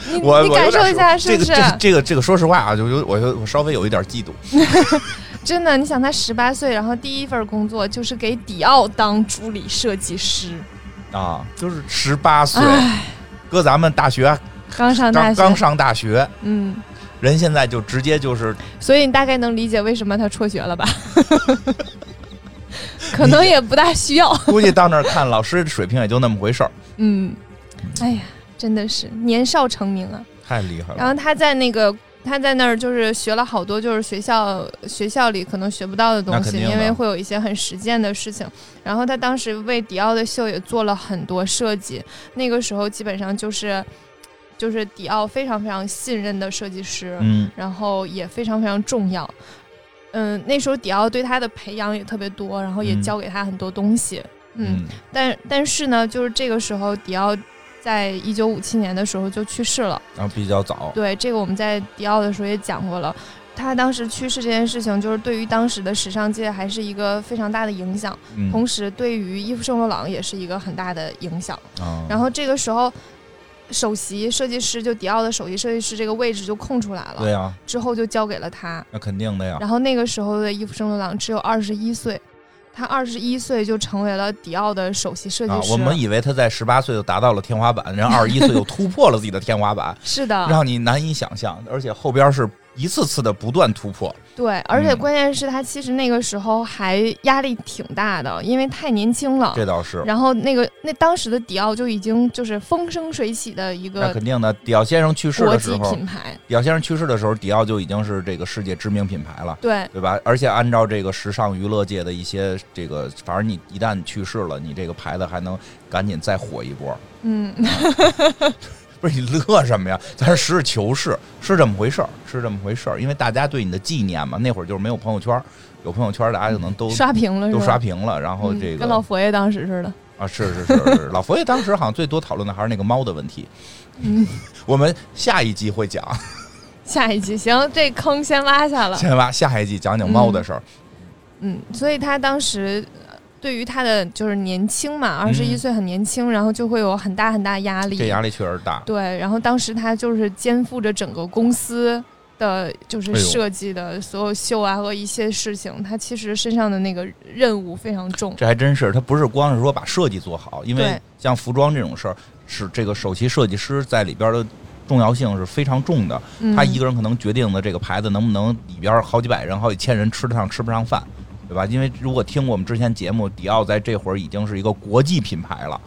[SPEAKER 1] 你
[SPEAKER 2] 我
[SPEAKER 1] 你
[SPEAKER 2] 我有
[SPEAKER 1] 感
[SPEAKER 2] 点
[SPEAKER 1] 受一下是
[SPEAKER 2] 这
[SPEAKER 1] 不
[SPEAKER 2] 个
[SPEAKER 1] 是
[SPEAKER 2] 这？个这个这个，说实话啊，就有我就我稍微有一点嫉妒，
[SPEAKER 1] [laughs] 真的，你想他十八岁，然后第一份工作就是给迪奥当助理设计师，
[SPEAKER 2] 啊，就是十八岁，
[SPEAKER 1] 唉，啊
[SPEAKER 2] 搁咱们大学
[SPEAKER 1] 刚上大
[SPEAKER 2] 刚
[SPEAKER 1] 学，
[SPEAKER 2] 刚上大学，
[SPEAKER 1] 嗯，
[SPEAKER 2] 人现在就直接就是
[SPEAKER 1] 所以你大概能理解为什么他辍学了吧？ [laughs] 可能也不大需要。
[SPEAKER 2] 估计到那儿看老师水平也就那么回事儿，
[SPEAKER 1] 嗯，哎呀，真的是年少成名啊。
[SPEAKER 2] [laughs] 太厉害
[SPEAKER 1] 然后
[SPEAKER 2] 了。
[SPEAKER 1] 他在那个他在那儿就是学了好多就是学校学校里可能学不到的
[SPEAKER 2] 那
[SPEAKER 1] 东
[SPEAKER 2] 肯
[SPEAKER 1] 西，
[SPEAKER 2] 定的
[SPEAKER 1] 因为会有一些很实践的事情。然后他当时为迪奥的秀也做了很多设计，那个时候基本上就是就是迪奥非常非常信任的设计师，
[SPEAKER 2] 嗯，
[SPEAKER 1] 然后也非常非常重要。嗯，那时候迪奥对他的培养也特别多，然后也
[SPEAKER 2] 嗯
[SPEAKER 1] 教给他很多东西。嗯，
[SPEAKER 2] 嗯，
[SPEAKER 1] 但但是呢，就是这个时候迪奥在一九五七年的时候就去世了。
[SPEAKER 2] 然后比较早，
[SPEAKER 1] 对，这个我们在迪奥的时候也讲过了。他当时去世这件事情，就是对于当时的时尚界还是一个非常大的影响，
[SPEAKER 2] 嗯
[SPEAKER 1] 同时对于伊夫圣罗朗也是一个很大的影响。
[SPEAKER 2] 啊
[SPEAKER 1] 然后这个时候，首席设计师，就迪奥的首席设计师这个位置就空出来了，
[SPEAKER 2] 对呀，
[SPEAKER 1] 之后就交给了他。
[SPEAKER 2] 那肯定的呀。
[SPEAKER 1] 然后那个时候的伊夫圣罗朗只有二十一岁，他二十一岁就成为了迪奥的首席设计
[SPEAKER 2] 啊，
[SPEAKER 1] 师。
[SPEAKER 2] 我们以为他在十八岁就达到了天花板，人二十一岁又突破了自己的天
[SPEAKER 1] [laughs]
[SPEAKER 2] 花板，
[SPEAKER 1] 是的，
[SPEAKER 2] 让你难以想象，而且后边是一次次的不断突破。
[SPEAKER 1] 对，而且
[SPEAKER 2] 嗯
[SPEAKER 1] 关键是他其实那个时候还压力挺大的，因为太年轻了。
[SPEAKER 2] 这倒是，
[SPEAKER 1] 然后那个那当时的迪奥就已经就是风生水起的一
[SPEAKER 2] 那
[SPEAKER 1] 个
[SPEAKER 2] 肯定的。迪奥先生去世
[SPEAKER 1] 国
[SPEAKER 2] 的时
[SPEAKER 1] 际
[SPEAKER 2] 候，
[SPEAKER 1] 品牌，
[SPEAKER 2] 迪奥先生去世的时候，迪奥就已经是这个世界知名品牌了。
[SPEAKER 1] 对
[SPEAKER 2] 对吧？而且按照这个时尚娱乐界的一些这个，反正你一旦去世了，你这个牌子还能赶紧再火一波。
[SPEAKER 1] 嗯，
[SPEAKER 2] 不是你乐什么呀？咱是实事求是，是这么回事儿，是这么回事儿。因为大家对你的纪念嘛，那会儿就是没有朋友圈儿，有朋友圈儿大家就能都
[SPEAKER 1] [laughs] 刷屏了是
[SPEAKER 2] 都
[SPEAKER 1] 吧？
[SPEAKER 2] 刷屏了。然后
[SPEAKER 1] 嗯
[SPEAKER 2] 这个、
[SPEAKER 1] 跟老佛爷当时似的，
[SPEAKER 2] 啊，是是是 [laughs] 是，老佛爷当时好像最多讨论的还是那个猫的
[SPEAKER 1] [laughs]
[SPEAKER 2] 问题。
[SPEAKER 1] 嗯，
[SPEAKER 2] 我们下一集会讲，
[SPEAKER 1] 下一集行，这坑先挖下了，
[SPEAKER 2] 先吧，下一集讲讲猫的事儿。
[SPEAKER 1] 嗯，所以他当时呃对于他的就是年轻嘛，二十一
[SPEAKER 2] 嗯
[SPEAKER 1] 岁很年轻，然后就会有很大很大压力，
[SPEAKER 2] 这压力确实大。
[SPEAKER 1] 对，然后当时他就是肩负着整个公司的就是
[SPEAKER 2] 哎呦
[SPEAKER 1] 设计的所有秀啊和一些事情，他其实身上的那个任务非常重。
[SPEAKER 2] 这还真是，他不是光是说把设计做好，因为
[SPEAKER 1] 对
[SPEAKER 2] 像服装这种事儿，是这个首席设计师在里边的重要性是非常重的。
[SPEAKER 1] 嗯、
[SPEAKER 2] 他一个人可能决定了这个牌子能不能里边好几百人、好几千人吃得上吃不上饭，对吧？因为如果听过我们之前节目，迪奥在这会儿已经是一个国际品牌了，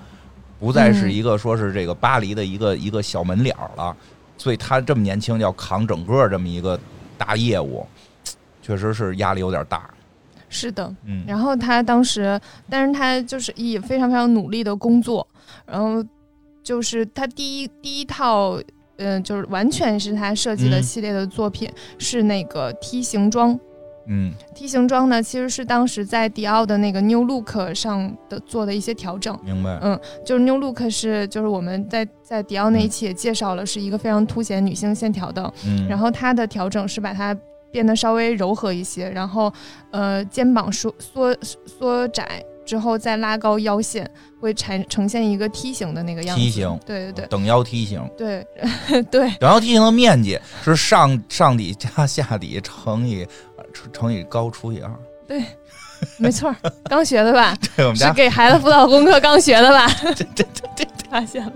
[SPEAKER 2] 不再
[SPEAKER 1] 嗯
[SPEAKER 2] 是一个说是这个巴黎的一个一个小门脸儿了，所以他这么年轻要扛整个这么一个大业务，确实是压力有点大。
[SPEAKER 1] 是的，
[SPEAKER 2] 嗯，
[SPEAKER 1] 然后他当时，但是他就是也非常非常努力的工作，然后就是他第一第一套。嗯，就是完全是他设计的
[SPEAKER 2] 嗯
[SPEAKER 1] 系列的作品，是那个梯形装。
[SPEAKER 2] 嗯，
[SPEAKER 1] 梯形装呢，其实是当时在迪奥的那个 New Look 上的做的一些调整。
[SPEAKER 2] 明白。
[SPEAKER 1] 就是 New Look 是就是我们在在迪奥那一期也介绍了，是一个非常凸显女性线条的。
[SPEAKER 2] 嗯，
[SPEAKER 1] 然后它的调整是把它变得稍微柔和一些，然后呃肩膀缩缩缩窄之后再拉高腰线，会呈呈现一个梯形的那个样子。
[SPEAKER 2] 梯形
[SPEAKER 1] 对对
[SPEAKER 2] 等腰梯形，
[SPEAKER 1] 对对 [laughs] 对，
[SPEAKER 2] 等腰梯形的面积是上上底加下底乘以乘乘以高除以二。
[SPEAKER 1] 没错
[SPEAKER 2] [laughs]
[SPEAKER 1] 儿，刚学的吧？
[SPEAKER 2] 对，我们
[SPEAKER 1] 是
[SPEAKER 2] 家
[SPEAKER 1] 给孩子辅导功课刚学的
[SPEAKER 2] [laughs]
[SPEAKER 1] 吧？
[SPEAKER 2] 这这这这，
[SPEAKER 1] 发现了。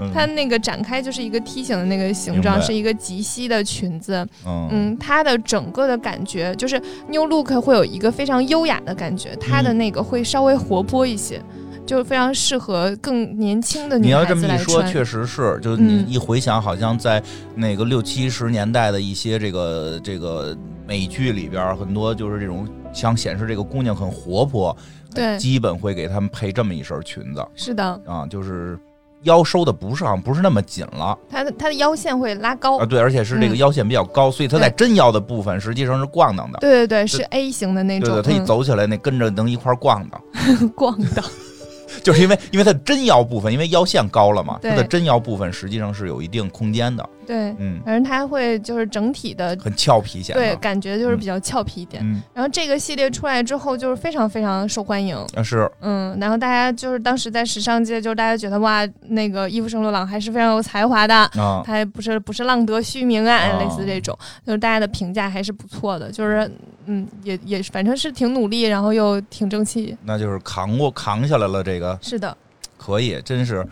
[SPEAKER 2] 嗯
[SPEAKER 1] 它那个展开就是一个梯形的那个形状，
[SPEAKER 2] 明白
[SPEAKER 1] 是一个及膝的裙子。
[SPEAKER 2] 嗯
[SPEAKER 1] 嗯，它的整个的感觉就是 New Look 会有一个非常优雅的感觉，它的那个会稍微活泼一些，就非常适合更年轻的
[SPEAKER 2] 你
[SPEAKER 1] 女
[SPEAKER 2] 要
[SPEAKER 1] 孩
[SPEAKER 2] 这
[SPEAKER 1] 子
[SPEAKER 2] 么一
[SPEAKER 1] 来
[SPEAKER 2] 说，
[SPEAKER 1] 穿。
[SPEAKER 2] 确实是，就是你
[SPEAKER 1] 嗯
[SPEAKER 2] 一回想，好像在那个六七十年代的一些这个这个美剧里边儿，很多就是这种想显示这个姑娘很活泼，
[SPEAKER 1] 对，
[SPEAKER 2] 基本会给她们配这么一身裙子
[SPEAKER 1] 是的，
[SPEAKER 2] 啊，就是腰收的不是好像不是那么紧了
[SPEAKER 1] 它的它的腰线会拉高。
[SPEAKER 2] 啊，对，而且是这个
[SPEAKER 1] 嗯
[SPEAKER 2] 腰线比较高，所以她在真腰的部分实际上是逛荡的。
[SPEAKER 1] 对对对，是 A 型的那
[SPEAKER 2] 对
[SPEAKER 1] 种
[SPEAKER 2] 对，，她一
[SPEAKER 1] [laughs] 嗯
[SPEAKER 2] 走起来，那跟着能一块儿逛的，
[SPEAKER 1] 逛的。
[SPEAKER 2] 就是因为因为她的真腰部分，因为腰线高了嘛，她
[SPEAKER 1] 对
[SPEAKER 2] 的真腰部分实际上是有一定空间的， [laughs]
[SPEAKER 1] 对，
[SPEAKER 2] 嗯，
[SPEAKER 1] 反正它会就是整体的。
[SPEAKER 2] 很俏皮显得。
[SPEAKER 1] 对，感觉就是
[SPEAKER 2] 嗯
[SPEAKER 1] 比较俏皮一点。
[SPEAKER 2] 嗯，
[SPEAKER 1] 然后这个系列出来之后，就是非常非常受欢迎。
[SPEAKER 2] 啊是，
[SPEAKER 1] 嗯，然后大家就是当时在时尚界，就是大家觉得哇，那个伊夫圣罗朗还是非常有才华的，
[SPEAKER 2] 啊，
[SPEAKER 1] 他不是不是浪得虚名啊，
[SPEAKER 2] 啊
[SPEAKER 1] 类似这种，就是大家的评价还是不错的，就是嗯，也也反正是挺努力，然后又挺争气。
[SPEAKER 2] 那就是扛过扛下来了，这个
[SPEAKER 1] 是的，
[SPEAKER 2] 可以，真是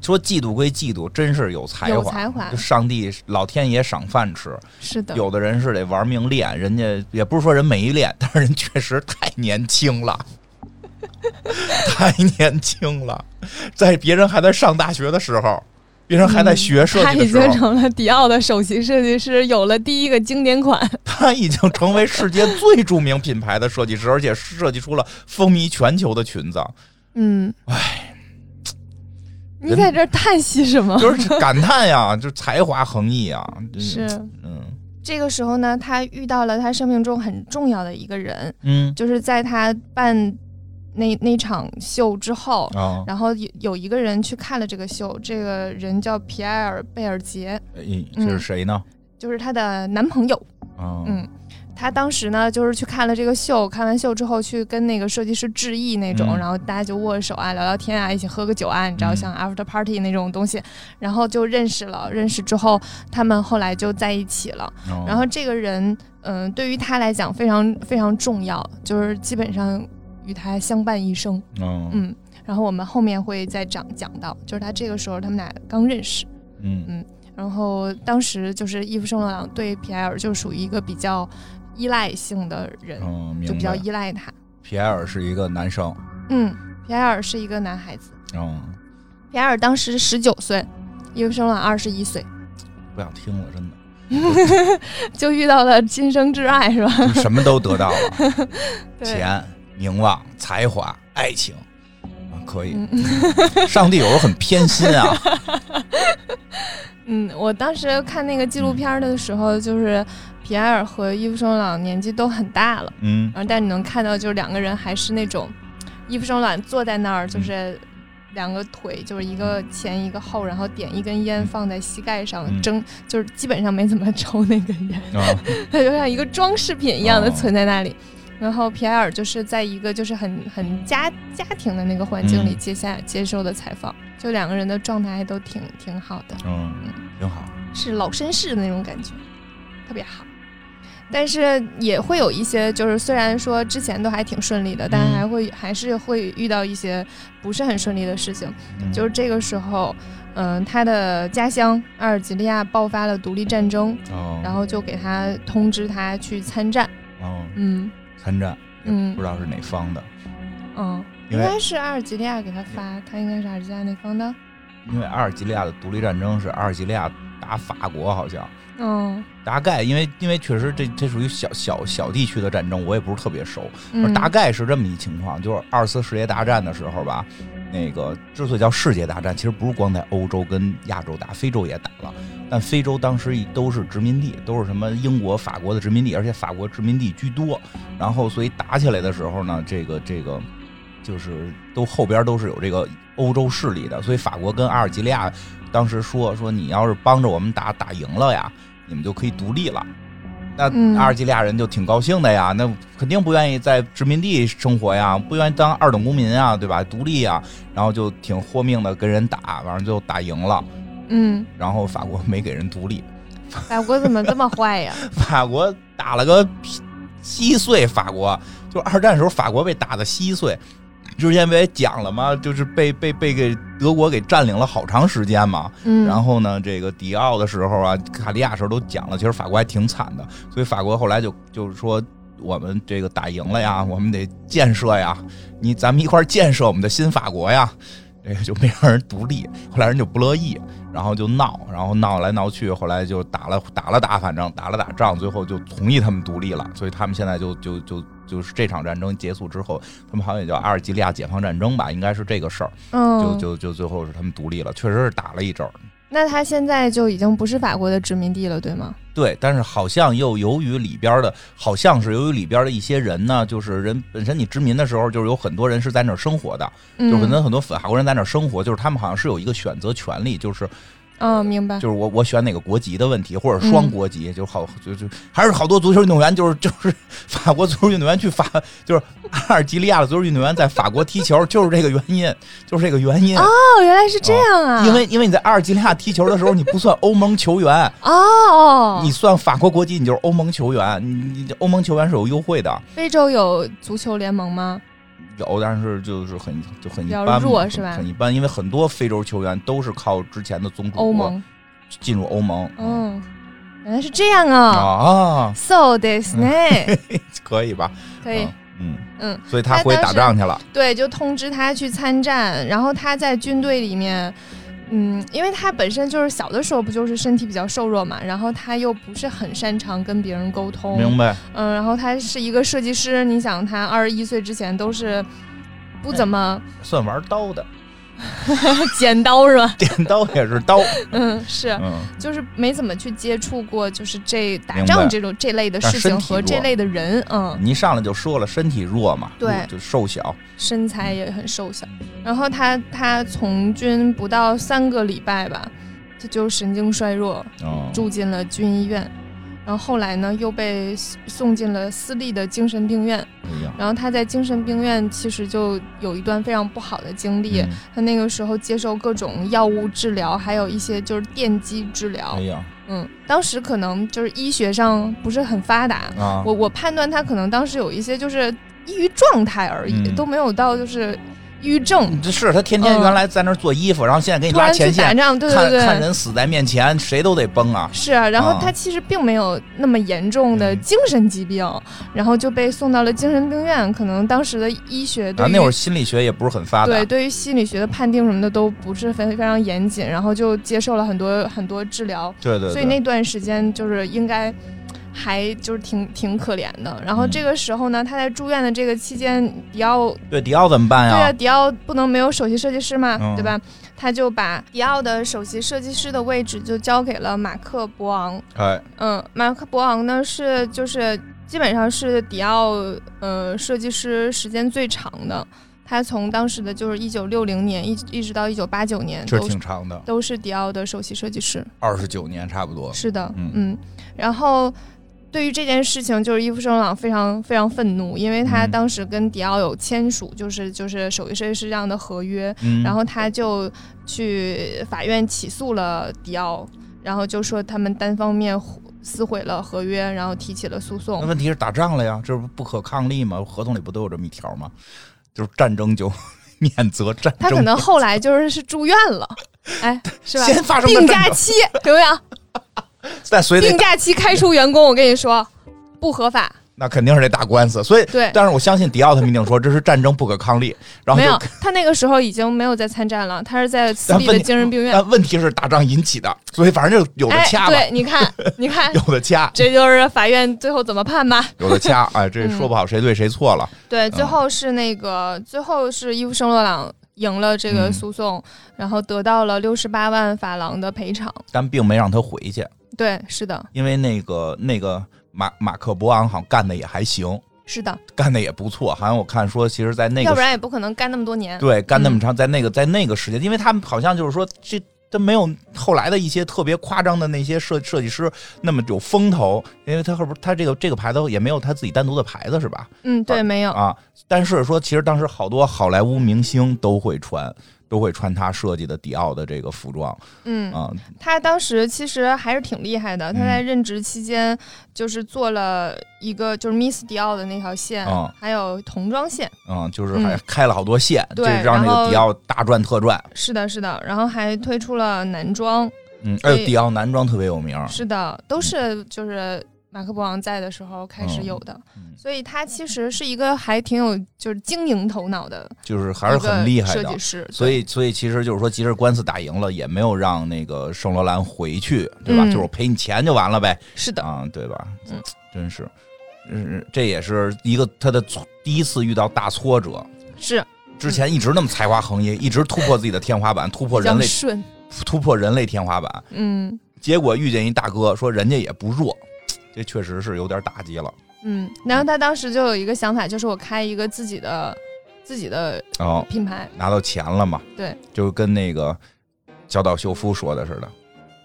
[SPEAKER 2] 说嫉妒归嫉妒，真是有才
[SPEAKER 1] 有
[SPEAKER 2] 华，
[SPEAKER 1] 才华
[SPEAKER 2] 就上帝老天爷赏饭吃。
[SPEAKER 1] 是的，
[SPEAKER 2] 有的人是得玩命练，人家也不是说人没练，但是人确实太年轻了。太年轻了，在别人还在上大学的时候，别人
[SPEAKER 1] 嗯
[SPEAKER 2] 还在学设
[SPEAKER 1] 他
[SPEAKER 2] 计的
[SPEAKER 1] 已
[SPEAKER 2] 时
[SPEAKER 1] 经
[SPEAKER 2] 候，
[SPEAKER 1] 成了迪奥的首席设计师，有了第一个经典款。
[SPEAKER 2] 他已经成为世界最著名品牌的设计师， [laughs] 而且设计出了风靡全球的裙子。
[SPEAKER 1] 嗯，
[SPEAKER 2] 唉，
[SPEAKER 1] 你在这儿叹息什么？
[SPEAKER 2] 就是感叹呀， [laughs] 就是才华横溢啊，真
[SPEAKER 1] 是
[SPEAKER 2] 嗯
[SPEAKER 1] 这个时候呢，他遇到了他生命中很重要的一个人，
[SPEAKER 2] 嗯
[SPEAKER 1] 就是在他办那那场秀之后，
[SPEAKER 2] 啊，
[SPEAKER 1] 然后有有一个人去看了这个秀，这个人叫皮埃尔·贝尔杰，
[SPEAKER 2] 哎这是谁呢？
[SPEAKER 1] 就是她的男朋友。
[SPEAKER 2] 啊，
[SPEAKER 1] 嗯嗯，他当时呢，就是去看了这个秀，看完秀之后去跟那个设计师致意那种，
[SPEAKER 2] 嗯
[SPEAKER 1] 然后大家就握手啊、聊聊天啊、一起喝个酒啊，你知道
[SPEAKER 2] 嗯
[SPEAKER 1] 像 after party 那种东西，然后就认识了。认识之后，他们后来就在一起了。
[SPEAKER 2] 哦
[SPEAKER 1] 然后这个人，嗯、对于他来讲非常非常重要，就是基本上与他相伴一生。
[SPEAKER 2] 哦
[SPEAKER 1] 嗯，然后我们后面会再讲讲到，就是他这个时候他们俩刚认识，
[SPEAKER 2] 嗯
[SPEAKER 1] 然后当时就是伊夫圣罗朗对皮埃尔就属于一个比较依赖性的人，
[SPEAKER 2] 哦，
[SPEAKER 1] 嗯就
[SPEAKER 2] 明
[SPEAKER 1] 比较
[SPEAKER 2] 白。
[SPEAKER 1] 依赖他。
[SPEAKER 2] 皮埃尔是一个男生，
[SPEAKER 1] 嗯，皮埃尔是一个男孩子，
[SPEAKER 2] 嗯，
[SPEAKER 1] 皮埃尔当时十九岁，伊夫圣罗朗二十一岁， [laughs]
[SPEAKER 2] 不想听了，真的。
[SPEAKER 1] 就遇到了今生挚爱，是吧？
[SPEAKER 2] [laughs] 就什么都得到了，
[SPEAKER 1] [laughs] 对，
[SPEAKER 2] 钱、名望、才华、爱情，啊，可以。
[SPEAKER 1] 嗯
[SPEAKER 2] 上帝有时候很偏心
[SPEAKER 1] [laughs]
[SPEAKER 2] 啊，
[SPEAKER 1] 嗯，我当时看那个纪录片的时候，就是皮埃尔和伊夫圣罗朗年纪都很大了。
[SPEAKER 2] 嗯
[SPEAKER 1] 然后但你能看到，就是两个人还是那种衣服生卵坐在那儿，就是
[SPEAKER 2] 嗯
[SPEAKER 1] 两个腿就是一个前一个后，然后点一根烟
[SPEAKER 2] 嗯
[SPEAKER 1] 放在膝盖上，
[SPEAKER 2] 嗯
[SPEAKER 1] 蒸就是基本上没怎么 [laughs] 抽那根烟，
[SPEAKER 2] 啊，
[SPEAKER 1] 它就像一个装饰品一样的
[SPEAKER 2] 哦
[SPEAKER 1] 存在那里。然后皮埃尔就是在一个就是很很家家庭的那个环境里
[SPEAKER 2] 嗯
[SPEAKER 1] 接下接受的采访，就两个人的状态还都挺挺好的。
[SPEAKER 2] 嗯，挺好。
[SPEAKER 1] 是老绅士的那种感觉，特别好。但是也会有一些，就是虽然说之前都还挺顺利的，但
[SPEAKER 2] 嗯
[SPEAKER 1] 还会、还是会遇到一些不是很顺利的事情。
[SPEAKER 2] 嗯
[SPEAKER 1] 就是这个时候，嗯、他的家乡阿尔及利亚爆发了独立战争，
[SPEAKER 2] 哦，
[SPEAKER 1] 然后就给他通知他去参战。
[SPEAKER 2] 哦，
[SPEAKER 1] 嗯
[SPEAKER 2] 参战，
[SPEAKER 1] 嗯
[SPEAKER 2] 不知道是哪方的，
[SPEAKER 1] 嗯，应
[SPEAKER 2] 因为
[SPEAKER 1] 该是阿尔及利亚给他发，他应该是阿尔及利亚那方的。
[SPEAKER 2] 因为阿尔及利亚的独立战争是阿尔及利亚打法国，好像
[SPEAKER 1] 嗯
[SPEAKER 2] 大概因为因为确实这这属于小小小地区的战争，我也不是特别熟，
[SPEAKER 1] 嗯，
[SPEAKER 2] 大概是这么一情况，就是二次世界大战的时候吧，那个之所以叫世界大战，其实不是光在欧洲跟亚洲打，非洲也打了，但非洲当时都是殖民地，都是什么英国、法国的殖民地，而且法国殖民地居多，然后所以打起来的时候呢，这个这个就是都后边都是有这个欧洲势力的，所以法国跟阿尔及利亚当时说说你要是帮着我们打打赢了呀，你们就可以独立了。那
[SPEAKER 1] 嗯
[SPEAKER 2] 阿尔及利亚人就挺高兴的呀，那肯定不愿意在殖民地生活呀，不愿意当二等公民啊，对吧？独立啊，然后就挺豁命的跟人打，完了就打赢了，
[SPEAKER 1] 嗯，
[SPEAKER 2] 然后法国没给人独立，
[SPEAKER 1] 法国怎么这么坏
[SPEAKER 2] [laughs]
[SPEAKER 1] 呀？
[SPEAKER 2] 法国打了个稀稀碎，法国就二战时候法国被打的稀碎。之前不也讲了吗？就是被被被给德国给占领了好长时间嘛。
[SPEAKER 1] 嗯，
[SPEAKER 2] 然后呢，这个迪奥的时候啊，卡利亚时候都讲了，其实法国还挺惨的，所以法国后来就就是说。我们这个打赢了呀，我们得建设呀，你咱们一块儿建设我们的新法国呀，这个就没让人独立，后来人就不乐意，然后就闹，然后闹来闹去，后来就打了打了打，反正打了打仗，最后就同意他们独立了，所以他们现在就就就就是这场战争结束之后，他们好像也叫阿尔及利亚解放战争吧，应该是这个事儿，就
[SPEAKER 1] 嗯，
[SPEAKER 2] 就就最后是他们独立了，确实是打了一阵儿，
[SPEAKER 1] 那他现在就已经不是法国的殖民地了，对吗？
[SPEAKER 2] 对，但是好像又由于里边的，好像是由于里边的一些人呢，就是人本身你殖民的时候，就是有很多人是在那儿生活的，
[SPEAKER 1] 嗯，
[SPEAKER 2] 就是很多很多法国人在那儿生活，就是他们好像是有一个选择权利，就是
[SPEAKER 1] 嗯，明白
[SPEAKER 2] 就。是我我选哪个国籍的问题，或者双国籍，就好就就还是好多足球运动员，就是就是法国足球运动员去法，就是阿尔及利亚的足球运动员在法国踢球，就是这个原因，就是这个原因，
[SPEAKER 1] 哦，原来是这样啊！
[SPEAKER 2] 因为因为你在阿尔及利亚踢球的时候，你不算欧盟球员。
[SPEAKER 1] 哦，
[SPEAKER 2] 你算法国国籍，你就是欧盟球员，你你欧盟球员是有优惠的，
[SPEAKER 1] 非洲有足球联盟吗？
[SPEAKER 2] 有，但是就是很就很一
[SPEAKER 1] 比较
[SPEAKER 2] 般嘛，
[SPEAKER 1] 弱
[SPEAKER 2] 很
[SPEAKER 1] 是吧
[SPEAKER 2] 很一般，因为很多非洲球员都是靠之前的宗主
[SPEAKER 1] 欧
[SPEAKER 2] 国
[SPEAKER 1] 盟？
[SPEAKER 2] 进入欧盟。
[SPEAKER 1] 嗯，原来是这样啊。
[SPEAKER 2] 啊，
[SPEAKER 1] So
[SPEAKER 2] [laughs]
[SPEAKER 1] this 呢？
[SPEAKER 2] 可以吧？
[SPEAKER 1] 可以，
[SPEAKER 2] 嗯，
[SPEAKER 1] 嗯，
[SPEAKER 2] 所以他回去打仗去了。
[SPEAKER 1] 对，就通知他去参战，然后他在军队里面。嗯，因为他本身就是小的时候不就是身体比较瘦弱嘛，然后他又不是很擅长跟别人沟通，
[SPEAKER 2] 明白，
[SPEAKER 1] 嗯，然后他是一个设计师，你想他二十一岁之前都是不怎么
[SPEAKER 2] 算玩刀的，
[SPEAKER 1] 剪刀是吧？
[SPEAKER 2] 电刀也是刀。
[SPEAKER 1] 嗯，是，
[SPEAKER 2] 嗯，
[SPEAKER 1] 就是没怎么去接触过，就是这打
[SPEAKER 2] 明白
[SPEAKER 1] 仗这种这类的
[SPEAKER 2] 但
[SPEAKER 1] 事
[SPEAKER 2] 身
[SPEAKER 1] 情
[SPEAKER 2] 体
[SPEAKER 1] 和这
[SPEAKER 2] 弱
[SPEAKER 1] 类的人，嗯，
[SPEAKER 2] 你一上来就说了，身体弱嘛，
[SPEAKER 1] 对
[SPEAKER 2] 就瘦小。
[SPEAKER 1] 身材也很瘦小。然后他他从军不到三个礼拜吧，他就神经衰弱，
[SPEAKER 2] 哦，
[SPEAKER 1] 住进了军医院。然后后来呢又被送进了私立的精神病院。
[SPEAKER 2] 哎呀，
[SPEAKER 1] 然后他在精神病院其实就有一段非常不好的经历，
[SPEAKER 2] 嗯
[SPEAKER 1] 他那个时候接受各种药物治疗，还有一些就是电击治疗
[SPEAKER 2] 哎。呀
[SPEAKER 1] 嗯，当时可能就是医学上不是很发达，
[SPEAKER 2] 啊，
[SPEAKER 1] 我我判断他可能当时有一些就是抑郁状态而已，
[SPEAKER 2] 嗯
[SPEAKER 1] 都没有到就是抑郁症。
[SPEAKER 2] 这是他天天
[SPEAKER 1] 嗯
[SPEAKER 2] 原来在那儿做衣服，然后现在给你
[SPEAKER 1] 突
[SPEAKER 2] 拉
[SPEAKER 1] 然去
[SPEAKER 2] 前
[SPEAKER 1] 打
[SPEAKER 2] 线，
[SPEAKER 1] 仗，对
[SPEAKER 2] 看
[SPEAKER 1] 对
[SPEAKER 2] 看
[SPEAKER 1] 对，
[SPEAKER 2] 人死在面前，谁都得崩啊！
[SPEAKER 1] 是啊。然后
[SPEAKER 2] 啊
[SPEAKER 1] 他其实并没有那么严重的
[SPEAKER 2] 嗯
[SPEAKER 1] 精神疾病，然后就被送到了精神病院。可能当时的医学对
[SPEAKER 2] 啊，
[SPEAKER 1] 于、
[SPEAKER 2] 那会儿心理学也不是很发达，
[SPEAKER 1] 对，对于心理学的判定什么的都不是非非常严谨，然后就接受了很多很多治疗，
[SPEAKER 2] 对对
[SPEAKER 1] 所以
[SPEAKER 2] 对
[SPEAKER 1] 那段时间就是应该还就是挺挺可怜的。然后
[SPEAKER 2] 嗯
[SPEAKER 1] 这个时候呢，他在住院的这个期间，迪奥
[SPEAKER 2] 对迪奥怎么办
[SPEAKER 1] 对啊，
[SPEAKER 2] 呀？
[SPEAKER 1] 迪奥不能没有首席设计师嘛，
[SPEAKER 2] 哎嗯
[SPEAKER 1] 对吧？他就把迪奥的首席设计师的位置就交给了马克·博昂。
[SPEAKER 2] 哎，
[SPEAKER 1] 嗯，马克·博昂呢是就是基本上是迪奥呃设计师时间最长的，他从当时的就是一九六零年一直一直到一九八九年
[SPEAKER 2] 这
[SPEAKER 1] 都是
[SPEAKER 2] 挺长的，
[SPEAKER 1] 都是迪奥的首席设计师。
[SPEAKER 2] 二十九年差不多。
[SPEAKER 1] 是的，
[SPEAKER 2] 嗯
[SPEAKER 1] 嗯然后。对于这件事情，就是伊夫圣朗非常非常愤怒，因为他
[SPEAKER 2] 嗯
[SPEAKER 1] 当时跟迪奥有签署，就是就是首席设计师这样的合约，
[SPEAKER 2] 嗯，
[SPEAKER 1] 然后他就去法院起诉了迪奥，然后就说他们单方面毁撕毁了合约，然后提起了诉
[SPEAKER 2] 那
[SPEAKER 1] 讼。
[SPEAKER 2] 问题是打仗了呀，这不不可抗力吗？合同里不都有这么一条吗？就是战争就 [laughs] 免责战
[SPEAKER 1] 他
[SPEAKER 2] 争，
[SPEAKER 1] 可能后来就是是住院了，哎，是吧？
[SPEAKER 2] 先发生个
[SPEAKER 1] 病
[SPEAKER 2] 战
[SPEAKER 1] 假
[SPEAKER 2] 争，
[SPEAKER 1] 期有没有？
[SPEAKER 2] 但所以
[SPEAKER 1] 病
[SPEAKER 2] 得
[SPEAKER 1] 假期开除员工，我跟你说不合法。
[SPEAKER 2] 那肯定是得打官司。所以，
[SPEAKER 1] 对，
[SPEAKER 2] 但是我相信迪奥他们一定说这是战争不可抗力。然后
[SPEAKER 1] 没有
[SPEAKER 2] 就，
[SPEAKER 1] 他那个时候已经没有在参战了，他是在私立
[SPEAKER 2] 但
[SPEAKER 1] 的
[SPEAKER 2] 问题嗯
[SPEAKER 1] 精神病院。
[SPEAKER 2] 但问题是打仗引起的，所以反正就有的
[SPEAKER 1] 哎，
[SPEAKER 2] 掐吧，，
[SPEAKER 1] 对，你看，你看
[SPEAKER 2] [laughs] 有的掐，
[SPEAKER 1] 这就是法院最后怎么判
[SPEAKER 2] [laughs]
[SPEAKER 1] 吧。
[SPEAKER 2] 有的掐。哎，这
[SPEAKER 1] 嗯
[SPEAKER 2] 说不好谁对谁错了。
[SPEAKER 1] 对，最
[SPEAKER 2] 嗯
[SPEAKER 1] 后是那个，最后是伊夫圣洛朗赢了这个
[SPEAKER 2] 嗯
[SPEAKER 1] 诉讼，然后得到了六十八万法郎的赔偿。
[SPEAKER 2] 但并没让他回去，
[SPEAKER 1] 对，是的，
[SPEAKER 2] 因为那个那个马马克博昂好像干的也还行，
[SPEAKER 1] 是的，
[SPEAKER 2] 干的也不错。好像我看说，其实，在那个
[SPEAKER 1] 要不然也嗯不可能干那么多年。
[SPEAKER 2] 对，干那么长，在那个在那个时间，因为他们好像就是说这。他没有后来的一些特别夸张的那些设设计师那么有风头，因为他后边他这个这个牌子也没有他自己单独的牌子是吧？
[SPEAKER 1] 嗯，对，没有，
[SPEAKER 2] 啊，但是说其实当时好多好莱坞明星都会穿，都会穿他设计的迪奥的这个服装
[SPEAKER 1] 嗯，
[SPEAKER 2] 啊，嗯
[SPEAKER 1] 他当时其实还是挺厉害的。他在任职期间，就是做了一个就是 Miss 迪奥的那条线，
[SPEAKER 2] 哦
[SPEAKER 1] 还有童装线。
[SPEAKER 2] 嗯，就是还开了好多线，
[SPEAKER 1] 对
[SPEAKER 2] 这让这
[SPEAKER 1] 然
[SPEAKER 2] 个
[SPEAKER 1] 后
[SPEAKER 2] 迪奥大赚特赚。
[SPEAKER 1] 是的，是的，然后还推出了男装，
[SPEAKER 2] 嗯，
[SPEAKER 1] 所
[SPEAKER 2] 哎
[SPEAKER 1] 以
[SPEAKER 2] 呦，迪奥男装特别有名儿，
[SPEAKER 1] 是的，都是就是马克·博昂在的时候开始
[SPEAKER 2] 嗯
[SPEAKER 1] 有的，
[SPEAKER 2] 嗯
[SPEAKER 1] 所以他其实是一个还挺有就是经营头脑的，
[SPEAKER 2] 就是还是很厉害
[SPEAKER 1] 设
[SPEAKER 2] 的
[SPEAKER 1] 计。师，
[SPEAKER 2] 所以，所以其实就是说，即使官司打赢了，也没有让那个圣罗兰回去，对吧？
[SPEAKER 1] 嗯
[SPEAKER 2] 就是我赔你钱就完了呗，
[SPEAKER 1] 对是的，
[SPEAKER 2] 啊，对吧？
[SPEAKER 1] 嗯，
[SPEAKER 2] 真是，嗯，这也是一个他的挫第一次遇到大挫折。
[SPEAKER 1] 是
[SPEAKER 2] 之前一直那么才华横溢，一直突破自己的天花板，突破
[SPEAKER 1] 比较
[SPEAKER 2] 人类
[SPEAKER 1] 顺，
[SPEAKER 2] 突破人类天花板，
[SPEAKER 1] 嗯
[SPEAKER 2] 结果遇见一大哥，说人家也不弱，这确实是有点打击了。
[SPEAKER 1] 嗯。然后他当时就有一个想法，就是我开一个自己的自己的
[SPEAKER 2] 哦，
[SPEAKER 1] 品牌，
[SPEAKER 2] 拿到钱了嘛，
[SPEAKER 1] 对，
[SPEAKER 2] 就跟那个小岛秀夫说的似的。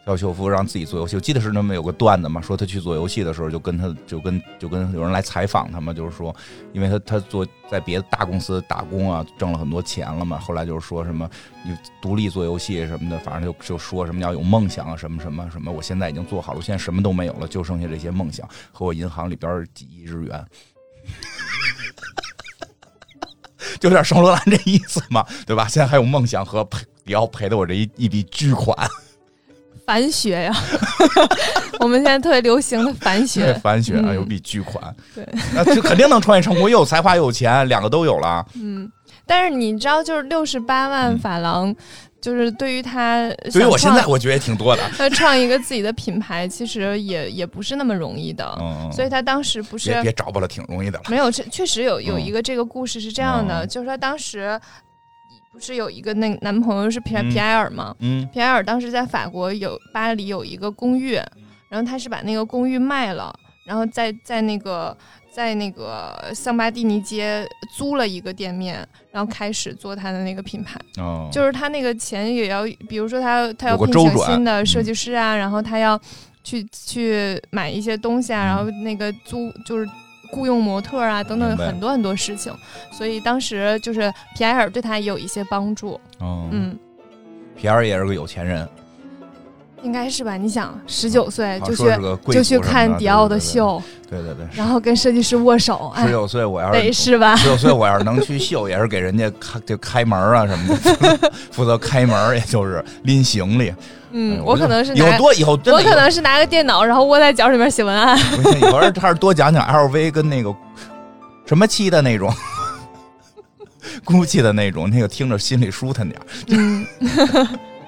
[SPEAKER 2] 小岛秀夫让自己做游戏，我记得是那么有个段子嘛，说他去做游戏的时候，就跟他就跟就跟有人来采访他嘛，就是说，因为他他做在别的大公司打工啊，挣了很多钱了嘛，后来就是说什么你独立做游戏什么的，反正就就说什么要有梦想啊，什么什么什么，我现在已经做好了，我现在什么都没有了，就剩下这些梦想和我银行里边几亿日元。就有点圣罗兰这意思嘛，对吧？现在还有梦想和赔，也要赔的我这一一笔巨款，
[SPEAKER 1] 凡学呀， [laughs] 我们现在特别流行的凡
[SPEAKER 2] 对，
[SPEAKER 1] 学，
[SPEAKER 2] 反雪啊，
[SPEAKER 1] 嗯
[SPEAKER 2] 有笔巨款，
[SPEAKER 1] 对，
[SPEAKER 2] 那就肯定能创业成功，又有才华又有钱，两个都有了。
[SPEAKER 1] 嗯。但是你知道，就是六十八万
[SPEAKER 2] 嗯
[SPEAKER 1] 法郎，就是对于他
[SPEAKER 2] 对于
[SPEAKER 1] 想
[SPEAKER 2] 我现
[SPEAKER 1] 创
[SPEAKER 2] 在，我觉得也挺多的，
[SPEAKER 1] 他创一个自己的品牌，其实也也不是那么容易的。
[SPEAKER 2] 嗯，嗯
[SPEAKER 1] 所以他当时不
[SPEAKER 2] 别
[SPEAKER 1] 是
[SPEAKER 2] 别找吧了，挺容易的了。
[SPEAKER 1] 没有，这确实有有
[SPEAKER 2] 嗯
[SPEAKER 1] 一个这个故事是这样的，
[SPEAKER 2] 嗯
[SPEAKER 1] 就是他当时不是有一个那个男朋友是皮
[SPEAKER 2] 嗯
[SPEAKER 1] 皮埃尔吗？
[SPEAKER 2] 嗯
[SPEAKER 1] 皮埃尔当时在法国有巴黎有一个公寓，
[SPEAKER 2] 嗯
[SPEAKER 1] 然后他是把那个公寓卖了，然后在在那个在那个桑巴蒂尼街租了一个店面，然后开始做他的那个品牌。
[SPEAKER 2] 哦，
[SPEAKER 1] 就是他那个钱也要，比如说他他要
[SPEAKER 2] 有个
[SPEAKER 1] 聘
[SPEAKER 2] 周
[SPEAKER 1] 请
[SPEAKER 2] 转嗯
[SPEAKER 1] 新的设计师啊，然后他要去去买一些东西啊，然后那个租就是。雇佣模特啊，等等
[SPEAKER 2] 明白
[SPEAKER 1] 很多很多事情，所以当时就是皮埃尔对他也有一些帮助，
[SPEAKER 2] 嗯，
[SPEAKER 1] 嗯，
[SPEAKER 2] 皮埃尔也是个有钱人，
[SPEAKER 1] 应该是吧？你想，十九岁
[SPEAKER 2] 好
[SPEAKER 1] 哎就
[SPEAKER 2] 说
[SPEAKER 1] 去
[SPEAKER 2] 是个贵
[SPEAKER 1] 就
[SPEAKER 2] 族
[SPEAKER 1] 去
[SPEAKER 2] 什么
[SPEAKER 1] 看
[SPEAKER 2] 的
[SPEAKER 1] 迪奥的，秀，
[SPEAKER 2] 对对对对对对，
[SPEAKER 1] 然后跟设计师握手，
[SPEAKER 2] 十
[SPEAKER 1] 哎，
[SPEAKER 2] 九岁我要
[SPEAKER 1] 得
[SPEAKER 2] 是
[SPEAKER 1] 是吧？
[SPEAKER 2] 十九岁我要是能去秀，也是给人家开就开门啊什么的， [laughs] 负责开门，也就是拎行李。哎
[SPEAKER 1] 嗯，
[SPEAKER 2] 我
[SPEAKER 1] 我
[SPEAKER 2] 就
[SPEAKER 1] 可能是
[SPEAKER 2] 以后
[SPEAKER 1] 拿，
[SPEAKER 2] 多以后真
[SPEAKER 1] 我
[SPEAKER 2] 的以后
[SPEAKER 1] 可
[SPEAKER 2] [laughs]
[SPEAKER 1] 能是拿个电脑，然后窝在脚里面写文案。
[SPEAKER 2] 不是，我是还是多
[SPEAKER 1] [laughs]
[SPEAKER 2] 讲讲 LV 跟那个什么七的那种。GUCCI 的那种，那个听着心里舒坦点儿
[SPEAKER 1] 嗯，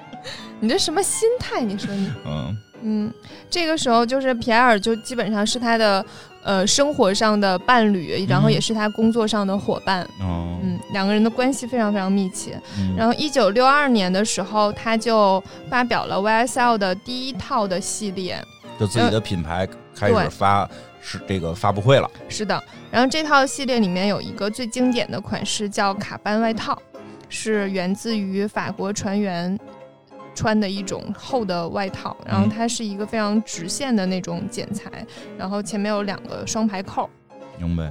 [SPEAKER 1] [laughs] 你这什么心态？你说你，
[SPEAKER 2] 嗯，
[SPEAKER 1] 嗯，这个时候就是皮埃尔就基本上是他的呃生活上的伴侣，然后
[SPEAKER 2] 嗯
[SPEAKER 1] 也是他工作上的伙伴，
[SPEAKER 2] 哦，
[SPEAKER 1] 嗯，两个人的关系非常非常密切。
[SPEAKER 2] 嗯
[SPEAKER 1] 然后一九六二年的时候，他就发表了 YSL 的第一套的系列，
[SPEAKER 2] 就自己的品牌开
[SPEAKER 1] 呃对
[SPEAKER 2] 始发是这个发布会了，
[SPEAKER 1] 是的，然后这套系列里面有一个最经典的款式叫卡班外套，是源自于法国船员穿的一种厚的外套，然后它是一个非常直线的那种剪裁，然后前面有两个双排扣，
[SPEAKER 2] 明白？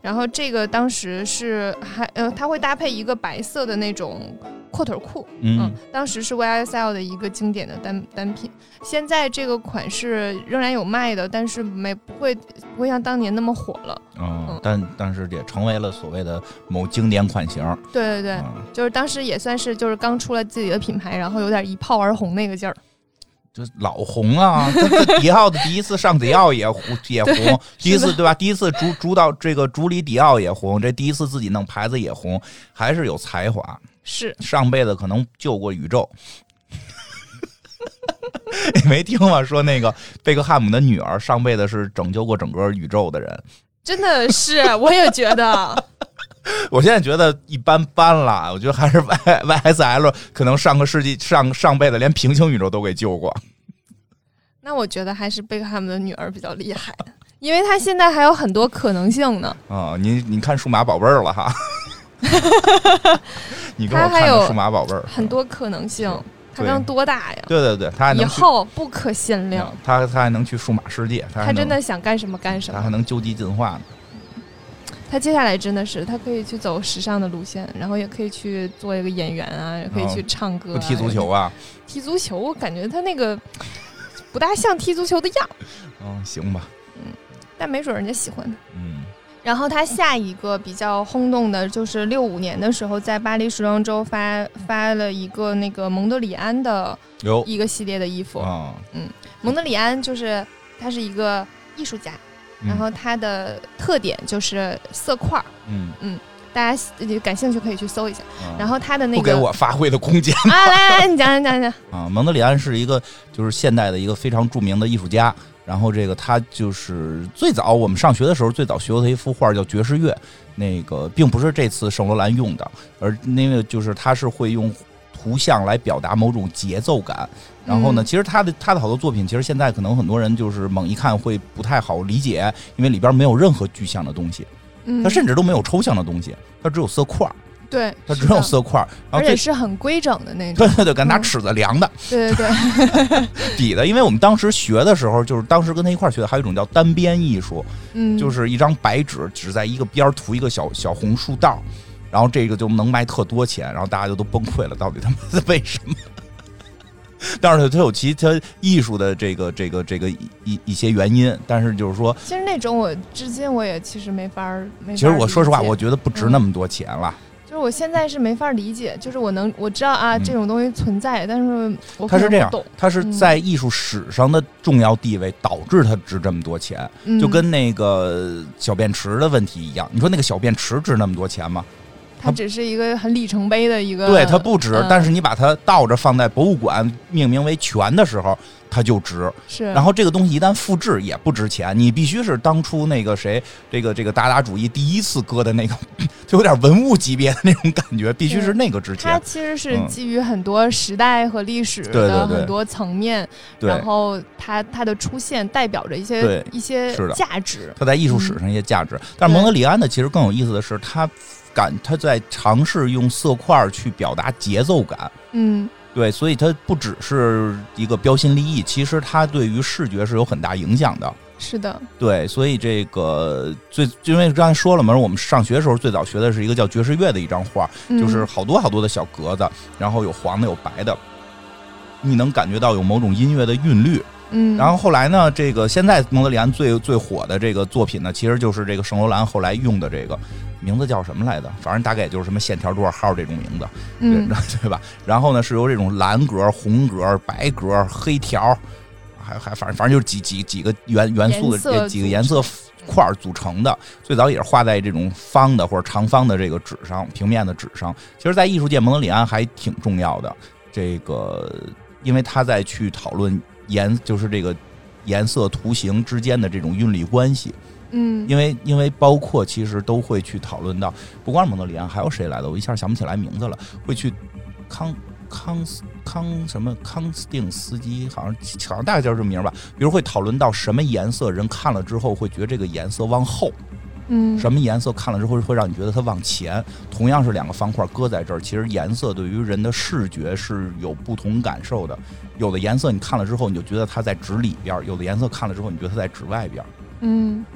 [SPEAKER 1] 然后这个当时是还呃，它会搭配一个白色的那种阔腿裤，嗯
[SPEAKER 2] 嗯，，
[SPEAKER 1] 当时是 YSL 的一个经典的单单品。现在这个款式仍然有卖的，但是没不会不会像当年那么火了。
[SPEAKER 2] 嗯
[SPEAKER 1] 嗯，
[SPEAKER 2] 但但是也成为了所谓的某经典款型，
[SPEAKER 1] 对对对，
[SPEAKER 2] 嗯，
[SPEAKER 1] 就是当时也算是就是刚出了自己的品牌，然后有点一炮而红那个劲儿。
[SPEAKER 2] 就是老红啊，他他迪奥的第一次上迪奥也红也红，第一次对吧？第一次主主导这个主理迪奥也红，这第一次自己弄牌子也红，还是有才华。
[SPEAKER 1] 是，
[SPEAKER 2] 上辈子可能救过宇宙。 [laughs] 你没听吗？说那个贝克汉姆的女儿上辈子是拯救过整个宇宙的人。
[SPEAKER 1] 真的是，我也觉得， [laughs]
[SPEAKER 2] 我现在觉得一般般啦，我觉得还是 Y Y S L 可能上个世纪上上辈子连平行宇宙都给救过。
[SPEAKER 1] 那我觉得还是贝克汉姆的女儿比较厉害，因为她现在还有很多可能性呢。
[SPEAKER 2] 啊、你你看数码宝贝儿
[SPEAKER 1] [laughs]
[SPEAKER 2] 了哈，你跟
[SPEAKER 1] 它
[SPEAKER 2] 我
[SPEAKER 1] 还
[SPEAKER 2] 看
[SPEAKER 1] 有
[SPEAKER 2] 的数码宝贝儿
[SPEAKER 1] 很，多可能性，她
[SPEAKER 2] 对
[SPEAKER 1] 能多大呀？
[SPEAKER 2] 对对对，他还
[SPEAKER 1] 以
[SPEAKER 2] 能去，嗯
[SPEAKER 1] 后不可限量，
[SPEAKER 2] 他他还能去数码世界，他还
[SPEAKER 1] 她
[SPEAKER 2] 能
[SPEAKER 1] 真的想干什么干什
[SPEAKER 2] 他还
[SPEAKER 1] 么。
[SPEAKER 2] 能究极进化呢。
[SPEAKER 1] 她接下来真的是，她可以去走时尚的路线，然后也可以去做一个演员啊，也可以去唱歌、
[SPEAKER 2] 不
[SPEAKER 1] 啊。
[SPEAKER 2] 哦踢足球，啊？
[SPEAKER 1] 踢足球，我感觉她那个不大像踢足球的样，
[SPEAKER 2] 嗯，行吧，
[SPEAKER 1] 但没准人家喜欢呢。
[SPEAKER 2] 嗯
[SPEAKER 1] 然后他下一个比较轰动的就是六五年的时候，在巴黎时装周发发了一个那个蒙德里安的
[SPEAKER 2] 有
[SPEAKER 1] 一个系列的衣服。
[SPEAKER 2] 哦啊，
[SPEAKER 1] 蒙德里安就是他是一个艺术家，
[SPEAKER 2] 嗯
[SPEAKER 1] 然后他的特点就是色块儿，
[SPEAKER 2] 嗯，
[SPEAKER 1] 大家呃感兴趣可以去搜一下。
[SPEAKER 2] 啊
[SPEAKER 1] 然后他的那
[SPEAKER 2] 不给
[SPEAKER 1] 个
[SPEAKER 2] 我发挥的空间
[SPEAKER 1] [laughs] 啊，来来来，你讲讲讲讲，
[SPEAKER 2] 啊。蒙德里安是一个就是现代的一个非常著名的艺术家。然后这个他就是最早我们上学的时候最早学过他一幅画叫《爵士乐》，那个并不是这次圣罗兰用的，而那个就是他是会用图像来表达某种节奏感。 [laughs] 然后呢，
[SPEAKER 1] 嗯
[SPEAKER 2] 其实他的他的好多作品，其实现在可能很多人就是猛一看会不太好理解，因为里边没有任何具象的东西，
[SPEAKER 1] 嗯，
[SPEAKER 2] 它甚至都没有抽象的东西，它只有色块儿，
[SPEAKER 1] 对，
[SPEAKER 2] 它只
[SPEAKER 1] 是的
[SPEAKER 2] 有色块儿。然
[SPEAKER 1] 而
[SPEAKER 2] 后最
[SPEAKER 1] 且是很规整的那种
[SPEAKER 2] [laughs] 对，对对，敢拿
[SPEAKER 1] 嗯
[SPEAKER 2] 尺子量的、
[SPEAKER 1] 对对对，
[SPEAKER 2] [laughs] 比的，因为我们当时学的时候，就是当时跟他一块儿学的，还有一种叫单边艺术，
[SPEAKER 1] 嗯，
[SPEAKER 2] 就是一张白纸，只在一个边儿涂一个小小红竖道儿，然后这个就能卖特多钱，然后大家就都崩溃了，到底他妈的为什么？ [laughs] 但是它有其它艺术的这个这个这个一一一些原因，但是就是说，
[SPEAKER 1] 其实那种我至今我也其实没法儿，没法儿
[SPEAKER 2] 其实我说实话，
[SPEAKER 1] 理解
[SPEAKER 2] 我觉得不值那么多钱了。
[SPEAKER 1] 就是我现在是没法理解，就是我能我知道啊、
[SPEAKER 2] 嗯
[SPEAKER 1] 这种东西存在，但是我可
[SPEAKER 2] 它是
[SPEAKER 1] 能
[SPEAKER 2] 这样
[SPEAKER 1] 不懂，
[SPEAKER 2] 它是
[SPEAKER 1] 嗯
[SPEAKER 2] 在艺术史上的重要地位，导致它值这么多钱。
[SPEAKER 1] 嗯、
[SPEAKER 2] 就跟那个小便池的问题一样，你说那个小便池值那么多钱吗？
[SPEAKER 1] 它只是一个很里程碑的一个，
[SPEAKER 2] 对，它不值
[SPEAKER 1] 嗯。
[SPEAKER 2] 但是你把它倒着放在博物馆，命名为“泉”的时候，它就值。
[SPEAKER 1] 是，
[SPEAKER 2] 然后这个东西一旦复制也不值钱，你必须是当初那个谁，这个这个达达主义第一次搁的那个， [laughs] 就有点文物级别的那种感觉，必须是那个值
[SPEAKER 1] 它
[SPEAKER 2] 钱。
[SPEAKER 1] 其实是
[SPEAKER 2] 嗯
[SPEAKER 1] 基于很多时代和历史
[SPEAKER 2] 对对
[SPEAKER 1] 的
[SPEAKER 2] 对
[SPEAKER 1] 很多层面，
[SPEAKER 2] 对
[SPEAKER 1] 然，后它它的出现代表着一些
[SPEAKER 2] 对
[SPEAKER 1] 一些
[SPEAKER 2] 是的
[SPEAKER 1] 价值，
[SPEAKER 2] 它在艺术
[SPEAKER 1] 嗯
[SPEAKER 2] 史上一些价值。但是蒙德里安呢，其实更有意思的是，他敢他在尝试用色块儿去表达节奏感。
[SPEAKER 1] 嗯，
[SPEAKER 2] 对，所以它不只是一个标新立异，其实它对于视觉是有很大影响的。
[SPEAKER 1] 是的，
[SPEAKER 2] 对，所以这个最因为刚才说了嘛，我们上学的时候最早学的是一个叫爵士乐的一张画，
[SPEAKER 1] 嗯
[SPEAKER 2] 就是好多好多的小格子，然后有黄的有白的，你能感觉到有某种音乐的韵律。
[SPEAKER 1] 嗯，
[SPEAKER 2] 然后后来呢，这个现在蒙德里安最最火的这个作品呢，其实就是这个圣罗兰后来用的这个名字叫什么来着？反正大概也就是什么线条多少号这种名字，对
[SPEAKER 1] 嗯，
[SPEAKER 2] [laughs] 对吧？然后呢，是由这种蓝格、红格、白格、黑条，还还反正反正就是几几几个元元素的
[SPEAKER 1] 颜色
[SPEAKER 2] 这几个颜色块儿组成的。最早也是画在这种方的或者长方的这个纸上，平面的纸上。其实，在艺术界，蒙德里安还挺重要的。这个，因为他在去讨论颜，就是这个颜色图形之间的这种韵律关系。
[SPEAKER 1] 嗯，
[SPEAKER 2] 因为因为包括其实都会去讨论到，不光是蒙德里安，还有谁来的，我一下想不起来名字了，会去康康斯康什么康斯定斯基，好像好像大概就是这名儿吧。比如会讨论到什么颜色人看了之后会觉得这个颜色往后，
[SPEAKER 1] 嗯，
[SPEAKER 2] 什么颜色看了之后会让你觉得它往前。同样是两个方块搁在这儿，其实颜色对于人的视觉是有不同感受的。有的颜色你看了之后你就觉得它在纸里边儿，有的颜色看了之后你觉得它在纸外边儿，
[SPEAKER 1] 嗯，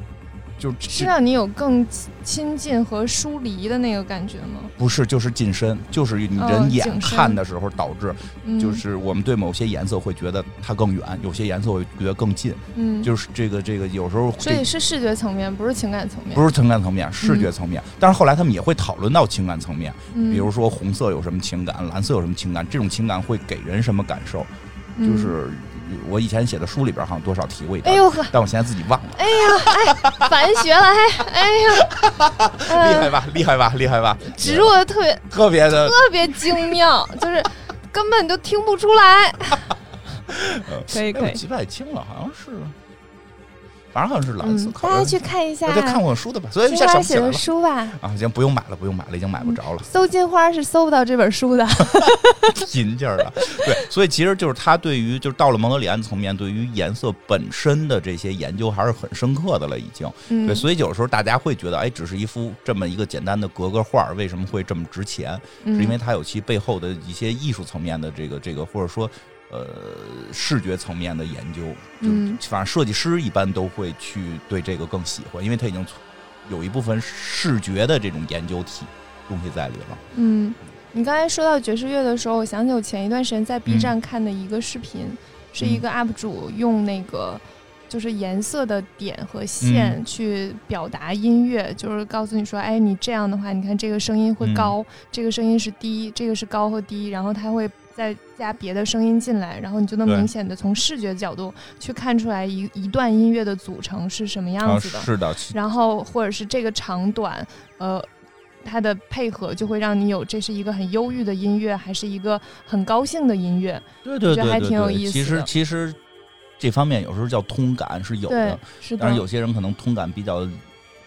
[SPEAKER 2] 就是
[SPEAKER 1] 是让你有更亲亲近和疏离的那个感觉吗？
[SPEAKER 2] 不是，就是近身，就是你
[SPEAKER 1] 哦
[SPEAKER 2] 人眼
[SPEAKER 1] 景深
[SPEAKER 2] 看的时候导致，
[SPEAKER 1] 嗯，
[SPEAKER 2] 就是我们对某些颜色会觉得它更远，有些颜色会觉得更近，
[SPEAKER 1] 嗯，
[SPEAKER 2] 就是这个这个有时候
[SPEAKER 1] 所
[SPEAKER 2] 这
[SPEAKER 1] 以是视觉层面，不是情感层面。
[SPEAKER 2] 不是情感层面，视觉层面。但是后来他们也会讨论到情感层面，
[SPEAKER 1] 嗯，
[SPEAKER 2] 比如说红色有什么情感，蓝色有什么情感，这种情感会给人什么感受？
[SPEAKER 1] 嗯
[SPEAKER 2] 就是呃我以前写的书里边好像多少提过一
[SPEAKER 1] 哎
[SPEAKER 2] 点，
[SPEAKER 1] 呦呵，
[SPEAKER 2] 但我现在自己忘了。
[SPEAKER 1] 反学了，还哎
[SPEAKER 2] [laughs]
[SPEAKER 1] 呀，
[SPEAKER 2] 厉
[SPEAKER 1] 呃，
[SPEAKER 2] 害吧，厉害吧，厉害吧！
[SPEAKER 1] 植入的特别
[SPEAKER 2] 特别的
[SPEAKER 1] 特别精妙，就是根本就听不出来。可以
[SPEAKER 2] 哎
[SPEAKER 1] 可
[SPEAKER 2] 我
[SPEAKER 1] 以，
[SPEAKER 2] 几百清了，好像是，反正好像是蓝色。
[SPEAKER 1] 嗯，
[SPEAKER 2] 靠
[SPEAKER 1] 大家去看一下
[SPEAKER 2] 我在看我书的吧，所以一
[SPEAKER 1] 金
[SPEAKER 2] 下
[SPEAKER 1] 花
[SPEAKER 2] 想不起
[SPEAKER 1] 写
[SPEAKER 2] 来
[SPEAKER 1] 的
[SPEAKER 2] 了
[SPEAKER 1] 书吧。
[SPEAKER 2] 啊，行，不用买了，不用买了，已经买不着了，
[SPEAKER 1] 嗯搜金花是搜不到这本书的。
[SPEAKER 2] [laughs] 银劲儿了。对，所以其实就是他对于就是到了蒙德里安层面，对于颜色本身的这些研究还是很深刻的了，已经。
[SPEAKER 1] 嗯
[SPEAKER 2] 对，所以有时候大家会觉得，哎，只是一幅这么一个简单的格格画儿，为什么会这么值钱？是
[SPEAKER 1] 嗯
[SPEAKER 2] 因为它有其背后的一些艺术层面的这个这个，或者说。呃，视觉层面的研究，就
[SPEAKER 1] 嗯
[SPEAKER 2] 反正设计师一般都会去对这个更喜欢，因为他已经有一部分视觉的这种研究体东西在里了。
[SPEAKER 1] 嗯，你刚才说到爵士乐的时候，我想起我前一段时间在 B 站看的一个视频，是一个 UP 主用那个就是颜色的点和线去表达音乐，就是告诉你说，哎，你这样的话，你看这个声音会高，这个声音是低，这个是高和低，然后它会。再加别的声音进来，然后你就能
[SPEAKER 2] 对
[SPEAKER 1] 明显的从视觉角度去看出来一一段音乐的组成是什么样子的。
[SPEAKER 2] 啊、是的，其
[SPEAKER 1] 然后或者是这个长短，呃，它的配合就会让你有这是一个很忧郁的音乐，还是一个很高兴的音乐？
[SPEAKER 2] 对对
[SPEAKER 1] 觉
[SPEAKER 2] 对
[SPEAKER 1] 得还
[SPEAKER 2] 对
[SPEAKER 1] 挺有
[SPEAKER 2] 对
[SPEAKER 1] 意思
[SPEAKER 2] 其实
[SPEAKER 1] 的
[SPEAKER 2] 其实这方面有时候叫通感是有
[SPEAKER 1] 对
[SPEAKER 2] 的，，
[SPEAKER 1] 是的
[SPEAKER 2] 但。是有些人可能通感比较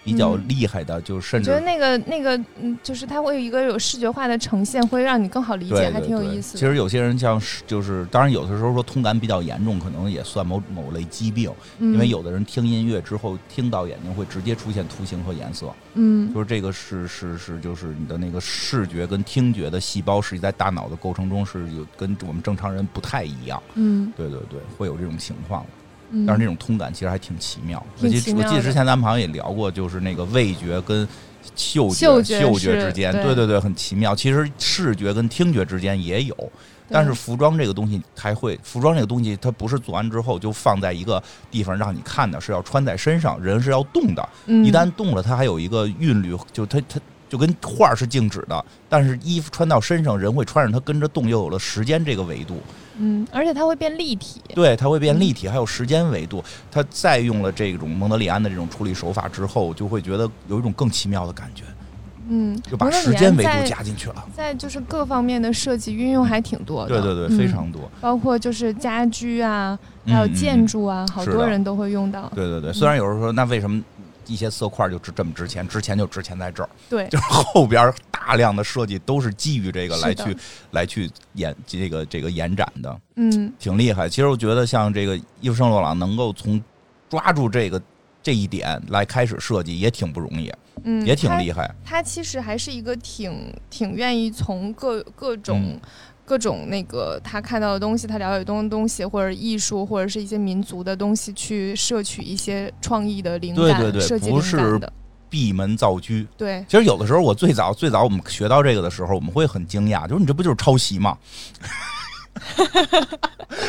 [SPEAKER 2] 比较
[SPEAKER 1] 嗯
[SPEAKER 2] 厉害的，就甚
[SPEAKER 1] 我觉得
[SPEAKER 2] 至。
[SPEAKER 1] 那个那个，嗯，就是它会有一个有视觉化的呈现，会让你更好理解，
[SPEAKER 2] 对对
[SPEAKER 1] 还
[SPEAKER 2] 对，
[SPEAKER 1] 挺有意思
[SPEAKER 2] 其
[SPEAKER 1] 的。
[SPEAKER 2] 实有些人像是就是，当然有的时候说通感比较严重，可能也算某某类疾病，
[SPEAKER 1] 嗯
[SPEAKER 2] 因为有的人听音乐之后，听到眼睛会直接出现图形和颜色，
[SPEAKER 1] 嗯，嗯，
[SPEAKER 2] 就是这个是是是，就是你的那个视觉跟听觉的细胞是在大脑的构成中是有跟我们正常人不太一样，
[SPEAKER 1] 嗯
[SPEAKER 2] 对对对，会有这种情况。
[SPEAKER 1] 嗯，
[SPEAKER 2] 但是那种通感其实还挺奇妙。我
[SPEAKER 1] 挺
[SPEAKER 2] 记
[SPEAKER 1] 奇
[SPEAKER 2] 我
[SPEAKER 1] 妙
[SPEAKER 2] 记得
[SPEAKER 1] 的
[SPEAKER 2] 之前咱们好像也聊过，就是那个味觉跟嗅觉、
[SPEAKER 1] 嗅
[SPEAKER 2] 嗅
[SPEAKER 1] 觉是
[SPEAKER 2] 之间，
[SPEAKER 1] 对
[SPEAKER 2] 对对对，很奇妙。其实视觉跟听觉之间也有，但是
[SPEAKER 1] 对
[SPEAKER 2] 服装这个东西还会，服装这个东西它不是做完之后就放在一个地方让你看的，是要穿在身上，人是要动的。
[SPEAKER 1] 嗯
[SPEAKER 2] 一旦动了，它还有一个韵律，就它它。就跟画儿是静止的，但是衣服穿到身上，人会穿上它跟着动，又有了时间这个维度。
[SPEAKER 1] 嗯，而且它会变立体。
[SPEAKER 2] 对，它会变立体，还有时间维度。它再用了这种蒙德里安的这种处理手法之后，就会觉得有一种更奇妙的感觉，
[SPEAKER 1] 嗯，
[SPEAKER 2] 就把
[SPEAKER 1] 蒙德里
[SPEAKER 2] 时间
[SPEAKER 1] 安
[SPEAKER 2] 维
[SPEAKER 1] 在
[SPEAKER 2] 度加进去了。
[SPEAKER 1] 在就是各方面的设计运用还挺多
[SPEAKER 2] 对
[SPEAKER 1] 的。
[SPEAKER 2] 对
[SPEAKER 1] 嗯
[SPEAKER 2] 对，非常多，
[SPEAKER 1] 包括就是家居啊，还有
[SPEAKER 2] 嗯
[SPEAKER 1] 建。
[SPEAKER 2] 嗯
[SPEAKER 1] 筑啊，好
[SPEAKER 2] 是
[SPEAKER 1] 多
[SPEAKER 2] 的
[SPEAKER 1] 人都会用到
[SPEAKER 2] 嗯。对对对，虽然有人说那为什么一些色块就值这么值钱，值钱就值钱在这儿， [laughs]
[SPEAKER 1] 对，
[SPEAKER 2] 就是后边大量的设计都是基于这个
[SPEAKER 1] 是
[SPEAKER 2] 来
[SPEAKER 1] 的
[SPEAKER 2] 去来去延这个这个延展的。
[SPEAKER 1] 嗯
[SPEAKER 2] 挺厉害。其实我觉得像这个伊夫圣洛朗能够从抓住这个这一点来开始设计，也挺不容易，
[SPEAKER 1] 嗯，
[SPEAKER 2] 也挺
[SPEAKER 1] 他
[SPEAKER 2] 厉害。
[SPEAKER 1] 他其实还是一个挺挺愿意从各各种、
[SPEAKER 2] 嗯
[SPEAKER 1] 各种那个他看到的东西，他了解东东西，或者艺术，或者是一些民族的东西，去摄取一些创意的灵感、
[SPEAKER 2] 对对对
[SPEAKER 1] 设计
[SPEAKER 2] 不
[SPEAKER 1] 灵
[SPEAKER 2] 是
[SPEAKER 1] 感的。
[SPEAKER 2] 闭门造车。
[SPEAKER 1] 对，
[SPEAKER 2] 其实有的时候，我最早最早我们学到这个的时候，我们会很惊讶，就是你这不就是抄袭吗？ [laughs]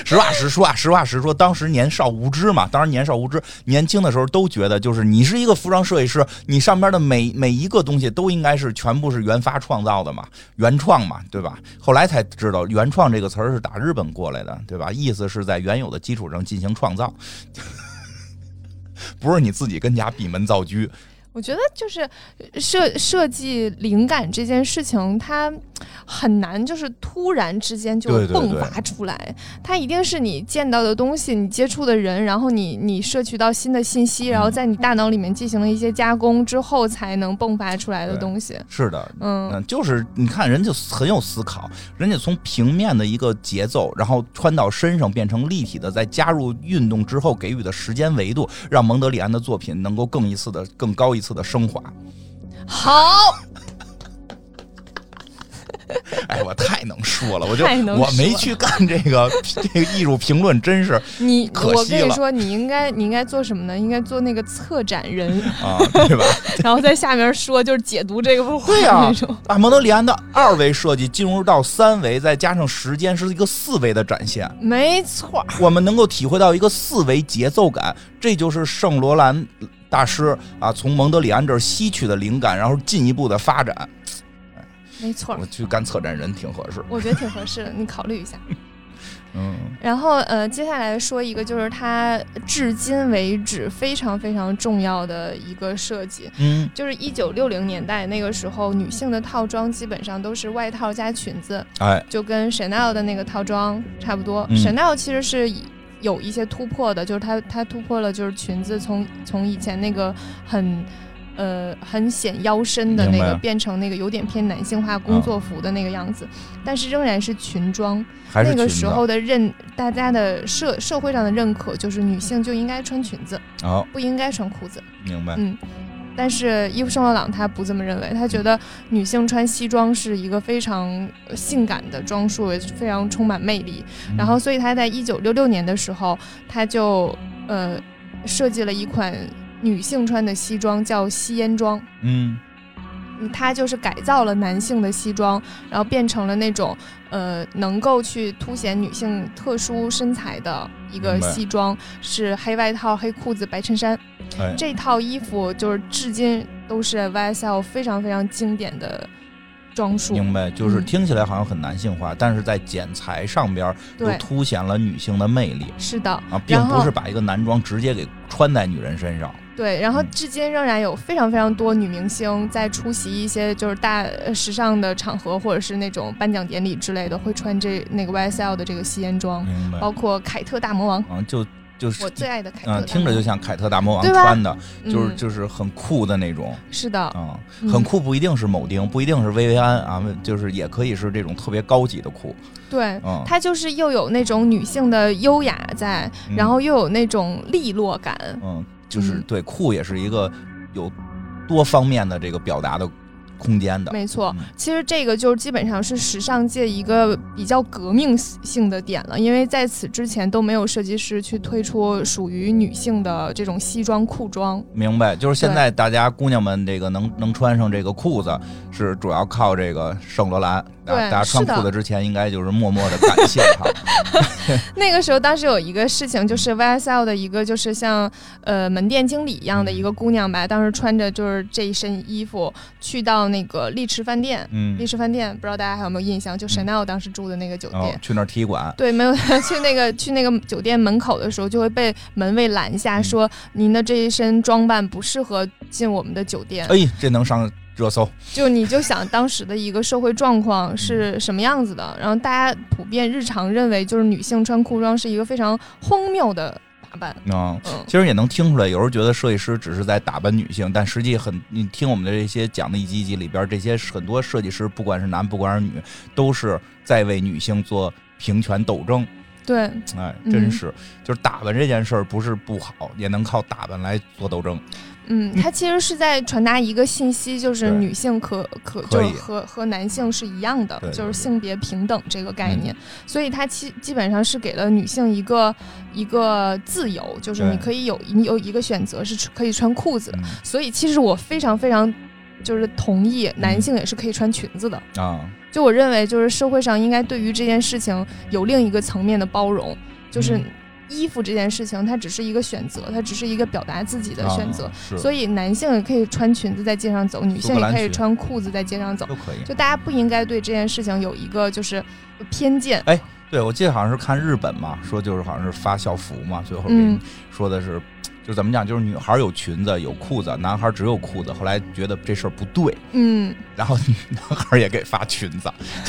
[SPEAKER 2] 实话实说啊，实话实说，当时年少无知嘛，当时年少无知，年轻的时候都觉得，就是你是一个服装设计师，你上边的每每一个东西都应该是全部是原发创造的嘛，原创嘛，对吧？后来才知道“原创”这个词儿是打日本过来的，对吧？意思是在原有的基础上进行创造， [laughs] 不是你自己跟家闭门造车。
[SPEAKER 1] 我觉得就是设设计灵感这件事情，它很难就是突然之间就
[SPEAKER 2] 对对
[SPEAKER 1] 迸
[SPEAKER 2] 对
[SPEAKER 1] 发出来，它一定是你见到的东西，你接触的人，然后你你摄取到新的信息，然后
[SPEAKER 2] 嗯
[SPEAKER 1] 在你大脑里面进行了一些加工之后，才能迸发出来的
[SPEAKER 2] 对
[SPEAKER 1] 东西。
[SPEAKER 2] 是的，
[SPEAKER 1] 嗯，
[SPEAKER 2] 嗯，就是你看人就很有思考，人家从平面的一个节奏，然后穿到身上变成立体的，再加入运动之后给予的时间维度，让蒙德里安的作品能够更一次的更高一次的升华。 [laughs]
[SPEAKER 1] 好，
[SPEAKER 2] 哎，我太能说了，我就
[SPEAKER 1] 太能
[SPEAKER 2] 我没
[SPEAKER 1] 说
[SPEAKER 2] 去干这个这个艺术评论，真是
[SPEAKER 1] 你
[SPEAKER 2] 可
[SPEAKER 1] 我
[SPEAKER 2] 惜
[SPEAKER 1] 跟你
[SPEAKER 2] 了
[SPEAKER 1] 说，你应该你应该做什么呢？应该做那个策展人，
[SPEAKER 2] 啊，对吧？
[SPEAKER 1] 然后在下面说就是解读这个幅画
[SPEAKER 2] 对呀
[SPEAKER 1] 那种。
[SPEAKER 2] 啊，蒙德里安的二维设计进入到三维，再加上时间是一个四维的展现。
[SPEAKER 1] 没错儿，
[SPEAKER 2] 我们能够体会到一个四维节奏感，这就是圣罗兰大师啊从蒙德里安这儿吸取的灵感，然后进一步的发展。
[SPEAKER 1] 没错儿
[SPEAKER 2] 我，去干策展人挺合适，
[SPEAKER 1] 我觉得挺合适的，你考虑一下。
[SPEAKER 2] 嗯，
[SPEAKER 1] 然后呃，接下来说一个，就是他至今为止非常非常重要的一个设计，
[SPEAKER 2] 嗯
[SPEAKER 1] 就是一九六零年代那个时候，女性的套装基本上都是外套加裙子，
[SPEAKER 2] 哎，
[SPEAKER 1] 就跟 Chanel 的那个套装差不多。
[SPEAKER 2] 嗯
[SPEAKER 1] Chanel 其实是有一些突破的，就是它它突破了就是裙子从从以前那个很。呃，很显腰身的那
[SPEAKER 2] 明白嗯
[SPEAKER 1] 个变成那个有点偏男性化工作服的那个样子，但是仍然是裙装。
[SPEAKER 2] 还是
[SPEAKER 1] 那个
[SPEAKER 2] 裙子
[SPEAKER 1] 时候的认，大家的社社会上的认可就是女性就应该穿裙子，
[SPEAKER 2] 哦，
[SPEAKER 1] 不应该穿裤子。
[SPEAKER 2] 明白，
[SPEAKER 1] 嗯，但是伊夫圣罗朗他不这么认为，他觉得女性穿西装是一个非常呃性感的装束，也非常充满魅力。
[SPEAKER 2] 嗯
[SPEAKER 1] 然后，所以他在一九六六年的时候，他就呃设计了一款女性穿的西装，叫吸烟装。
[SPEAKER 2] 嗯
[SPEAKER 1] 嗯它就是改造了男性的西装，然后变成了那种呃能够去凸显女性特殊身材的一个
[SPEAKER 2] 明白
[SPEAKER 1] 西装，是黑外套、黑裤子、白衬衫。
[SPEAKER 2] 哎，
[SPEAKER 1] 这套衣服就是至今都是 YSL 非常非常经典的装束。
[SPEAKER 2] 明白，就是
[SPEAKER 1] 嗯
[SPEAKER 2] 听起来好像很男性化，但是在剪裁上边儿又
[SPEAKER 1] 对，
[SPEAKER 2] 凸显了女性的魅力
[SPEAKER 1] 是的，
[SPEAKER 2] 啊，并
[SPEAKER 1] 然
[SPEAKER 2] 不
[SPEAKER 1] 后
[SPEAKER 2] 是把一个男装直接给穿在女人身上，
[SPEAKER 1] 对。然后
[SPEAKER 2] 嗯
[SPEAKER 1] 至今仍然有非常非常多女明星在出席一些就是大呃时尚的场合，或者是那种颁奖典礼之类的，会穿这那个 YSL 的这个吸烟装，
[SPEAKER 2] 明白，
[SPEAKER 1] 包括凯特大魔王。
[SPEAKER 2] 啊，就就是
[SPEAKER 1] 我最爱的凯特大
[SPEAKER 2] 嗯，
[SPEAKER 1] 魔王，
[SPEAKER 2] 听着就像凯特大魔王
[SPEAKER 1] 对吧
[SPEAKER 2] 穿的，就是
[SPEAKER 1] 嗯
[SPEAKER 2] 就是很酷的那种
[SPEAKER 1] 是的，
[SPEAKER 2] 啊，
[SPEAKER 1] 嗯
[SPEAKER 2] 很酷不一定是铆钉，不一定是薇薇安啊，就是也可以是这种特别高级的酷
[SPEAKER 1] 对。
[SPEAKER 2] 啊。
[SPEAKER 1] 它就是又有那种女性的优雅在，
[SPEAKER 2] 嗯
[SPEAKER 1] 然后又有那种利落感，
[SPEAKER 2] 嗯，就是
[SPEAKER 1] 嗯
[SPEAKER 2] 对酷也是一个有多方面的这个表达的空间的，
[SPEAKER 1] 没错
[SPEAKER 2] 嗯。
[SPEAKER 1] 其实这个就是基本上是时尚界一个比较革命性的点了，因为在此之前都没有设计师去推出属于女性的这种西装裤装。
[SPEAKER 2] 明白？就是现在大家姑娘们这个能能穿上这个裤子，是主要靠这个圣罗兰。
[SPEAKER 1] 对
[SPEAKER 2] 大家穿
[SPEAKER 1] 是的
[SPEAKER 2] 裤子之前，应该就是默默的感谢
[SPEAKER 1] [laughs]
[SPEAKER 2] 他。
[SPEAKER 1] 那个时候，当时有一个事情，就是 YSL 的一个就是像呃门店经理一样的一个
[SPEAKER 2] 嗯
[SPEAKER 1] 姑娘吧，当时穿着就是这一身衣服去到那个丽池饭店，
[SPEAKER 2] 嗯
[SPEAKER 1] 丽，池饭店，不知道大家还有没有印象？就 Chanel 当时住的那个酒
[SPEAKER 2] 然后
[SPEAKER 1] 店。
[SPEAKER 2] 去那儿踢馆，
[SPEAKER 1] 对，没有 [laughs] 去那个去那个酒店门口的时候，就会被门卫拦下，
[SPEAKER 2] 嗯
[SPEAKER 1] 说您的这一身装扮不适合进我们的酒店。
[SPEAKER 2] 哎，这能上热搜。
[SPEAKER 1] 就你就想当时的一个社会状
[SPEAKER 2] 嗯
[SPEAKER 1] 况是什么样子的，然后大家普遍日常认为，就是女性穿裤装是一个非常荒谬的打扮。
[SPEAKER 2] 嗯，
[SPEAKER 1] 嗯，
[SPEAKER 2] 其实也能听出来，有时候觉得设计师只是在打扮女性，但实际很，你听我们的这些讲的一集一集里边，这些很多设计师，不管是男不管是女，都是在为女性做平权斗争。
[SPEAKER 1] 对，
[SPEAKER 2] 哎，
[SPEAKER 1] 嗯
[SPEAKER 2] 真是，就是打扮这件事儿不是不好，也能靠打扮来做斗争。
[SPEAKER 1] 嗯，它其实是在传达一个信息，就是
[SPEAKER 2] 对
[SPEAKER 1] 女性可可
[SPEAKER 2] 可
[SPEAKER 1] 就
[SPEAKER 2] 以
[SPEAKER 1] 和和男性是一样的
[SPEAKER 2] 对，对嗯
[SPEAKER 1] 就是
[SPEAKER 2] 对
[SPEAKER 1] 性别平等这个概念。所以它基基本上是给了女性一个一个自由，就是
[SPEAKER 2] 对
[SPEAKER 1] 你可以有你有一个选择是可以穿裤子的。
[SPEAKER 2] 嗯
[SPEAKER 1] 所以其实我非常非常就是同意，
[SPEAKER 2] 嗯
[SPEAKER 1] 男性也是可以穿裙子的。
[SPEAKER 2] 啊，
[SPEAKER 1] 就我认为，就是社会上应该对于这件事情有另一个层面的包容，就是
[SPEAKER 2] 嗯
[SPEAKER 1] 衣服这件事情，它只是一个选择，它只是一个表达自己的选择
[SPEAKER 2] 啊。是，
[SPEAKER 1] 所
[SPEAKER 2] 以
[SPEAKER 1] 以男性也可以穿裙子在街上走，女性
[SPEAKER 2] 苏格
[SPEAKER 1] 也
[SPEAKER 2] 兰
[SPEAKER 1] 可以
[SPEAKER 2] 裙
[SPEAKER 1] 穿裤子在街上走。
[SPEAKER 2] 都可以。
[SPEAKER 1] 就大家不应该对这件事情有一个就是偏见。
[SPEAKER 2] 对，我记得好像是看日本嘛，说就是好像是发校服嘛，最后给你
[SPEAKER 1] 嗯
[SPEAKER 2] 说的是，就是怎么讲，就是女孩有裙子有裤子，男孩只有裤子。后来觉得这事儿不对，
[SPEAKER 1] 嗯，
[SPEAKER 2] 然后男孩也给发裙子， [laughs]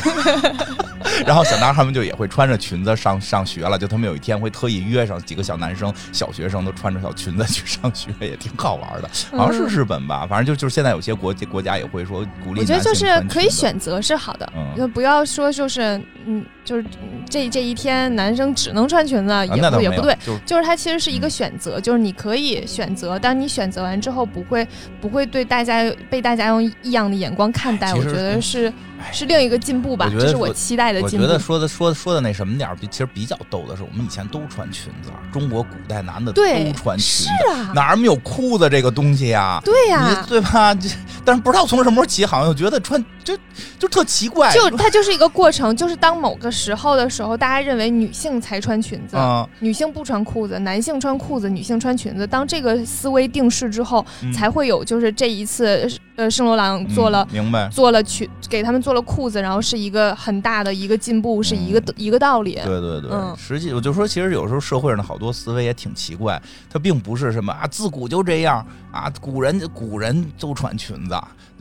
[SPEAKER 2] 然后小男孩们就也会穿着裙子上上学了。就他们有一天会特意约上几个小男生、小学生，都穿着小裙子去上学，也挺好玩的。好像是
[SPEAKER 1] 嗯
[SPEAKER 2] 日本吧，反正就就是现在有些国家国家也会说鼓励，
[SPEAKER 1] 我觉得就是可以，选择是好的，
[SPEAKER 2] 嗯
[SPEAKER 1] 就不要说就是嗯，就是嗯这这一天男生只能穿裙子，
[SPEAKER 2] 啊、
[SPEAKER 1] 也
[SPEAKER 2] 那
[SPEAKER 1] 不
[SPEAKER 2] 倒
[SPEAKER 1] 也
[SPEAKER 2] 没
[SPEAKER 1] 不
[SPEAKER 2] 有嗯
[SPEAKER 1] 对。，
[SPEAKER 2] 就是
[SPEAKER 1] 就是它其实是一个选择，就是你可以选择，但你选择完之后不会不会对大家被大家用异样的眼光看待，
[SPEAKER 2] 哎其
[SPEAKER 1] 我
[SPEAKER 2] 实
[SPEAKER 1] 觉得是
[SPEAKER 2] 哎
[SPEAKER 1] 是另一个进步吧，
[SPEAKER 2] 我觉得
[SPEAKER 1] 这是我
[SPEAKER 2] 说
[SPEAKER 1] 期待的
[SPEAKER 2] 我觉
[SPEAKER 1] 进步。
[SPEAKER 2] 得说的说的说的那什么点儿，比其实比较逗的是，我们以前都穿裙子，中国古代男的都
[SPEAKER 1] 对
[SPEAKER 2] 穿裙
[SPEAKER 1] 是
[SPEAKER 2] 子，
[SPEAKER 1] 啊，
[SPEAKER 2] 哪儿没有裤子这个东西呀、
[SPEAKER 1] 对呀、
[SPEAKER 2] 你对吧？这但是不知道从什么时候起，好像就觉得穿就就特奇怪，
[SPEAKER 1] 就它就是一个过程，就是当某个时候的时候，大家认为女性才穿裙子，
[SPEAKER 2] 啊、
[SPEAKER 1] 女性不穿裤子，男性穿裤子，女性穿裙子。当这个思维定势之后，
[SPEAKER 2] 嗯
[SPEAKER 1] 才会有就是这一次，呃，圣罗朗做了、
[SPEAKER 2] 嗯明白。
[SPEAKER 1] 做了裙，给他们做了裤子，然后是一个很大的一个进步，是一个、一个道理。
[SPEAKER 2] 嗯对对对，
[SPEAKER 1] 嗯
[SPEAKER 2] 实际我就说，其实有时候社会上的好多思维也挺奇怪，它并不是什么啊，自古就这样啊，古人古人都穿裙子，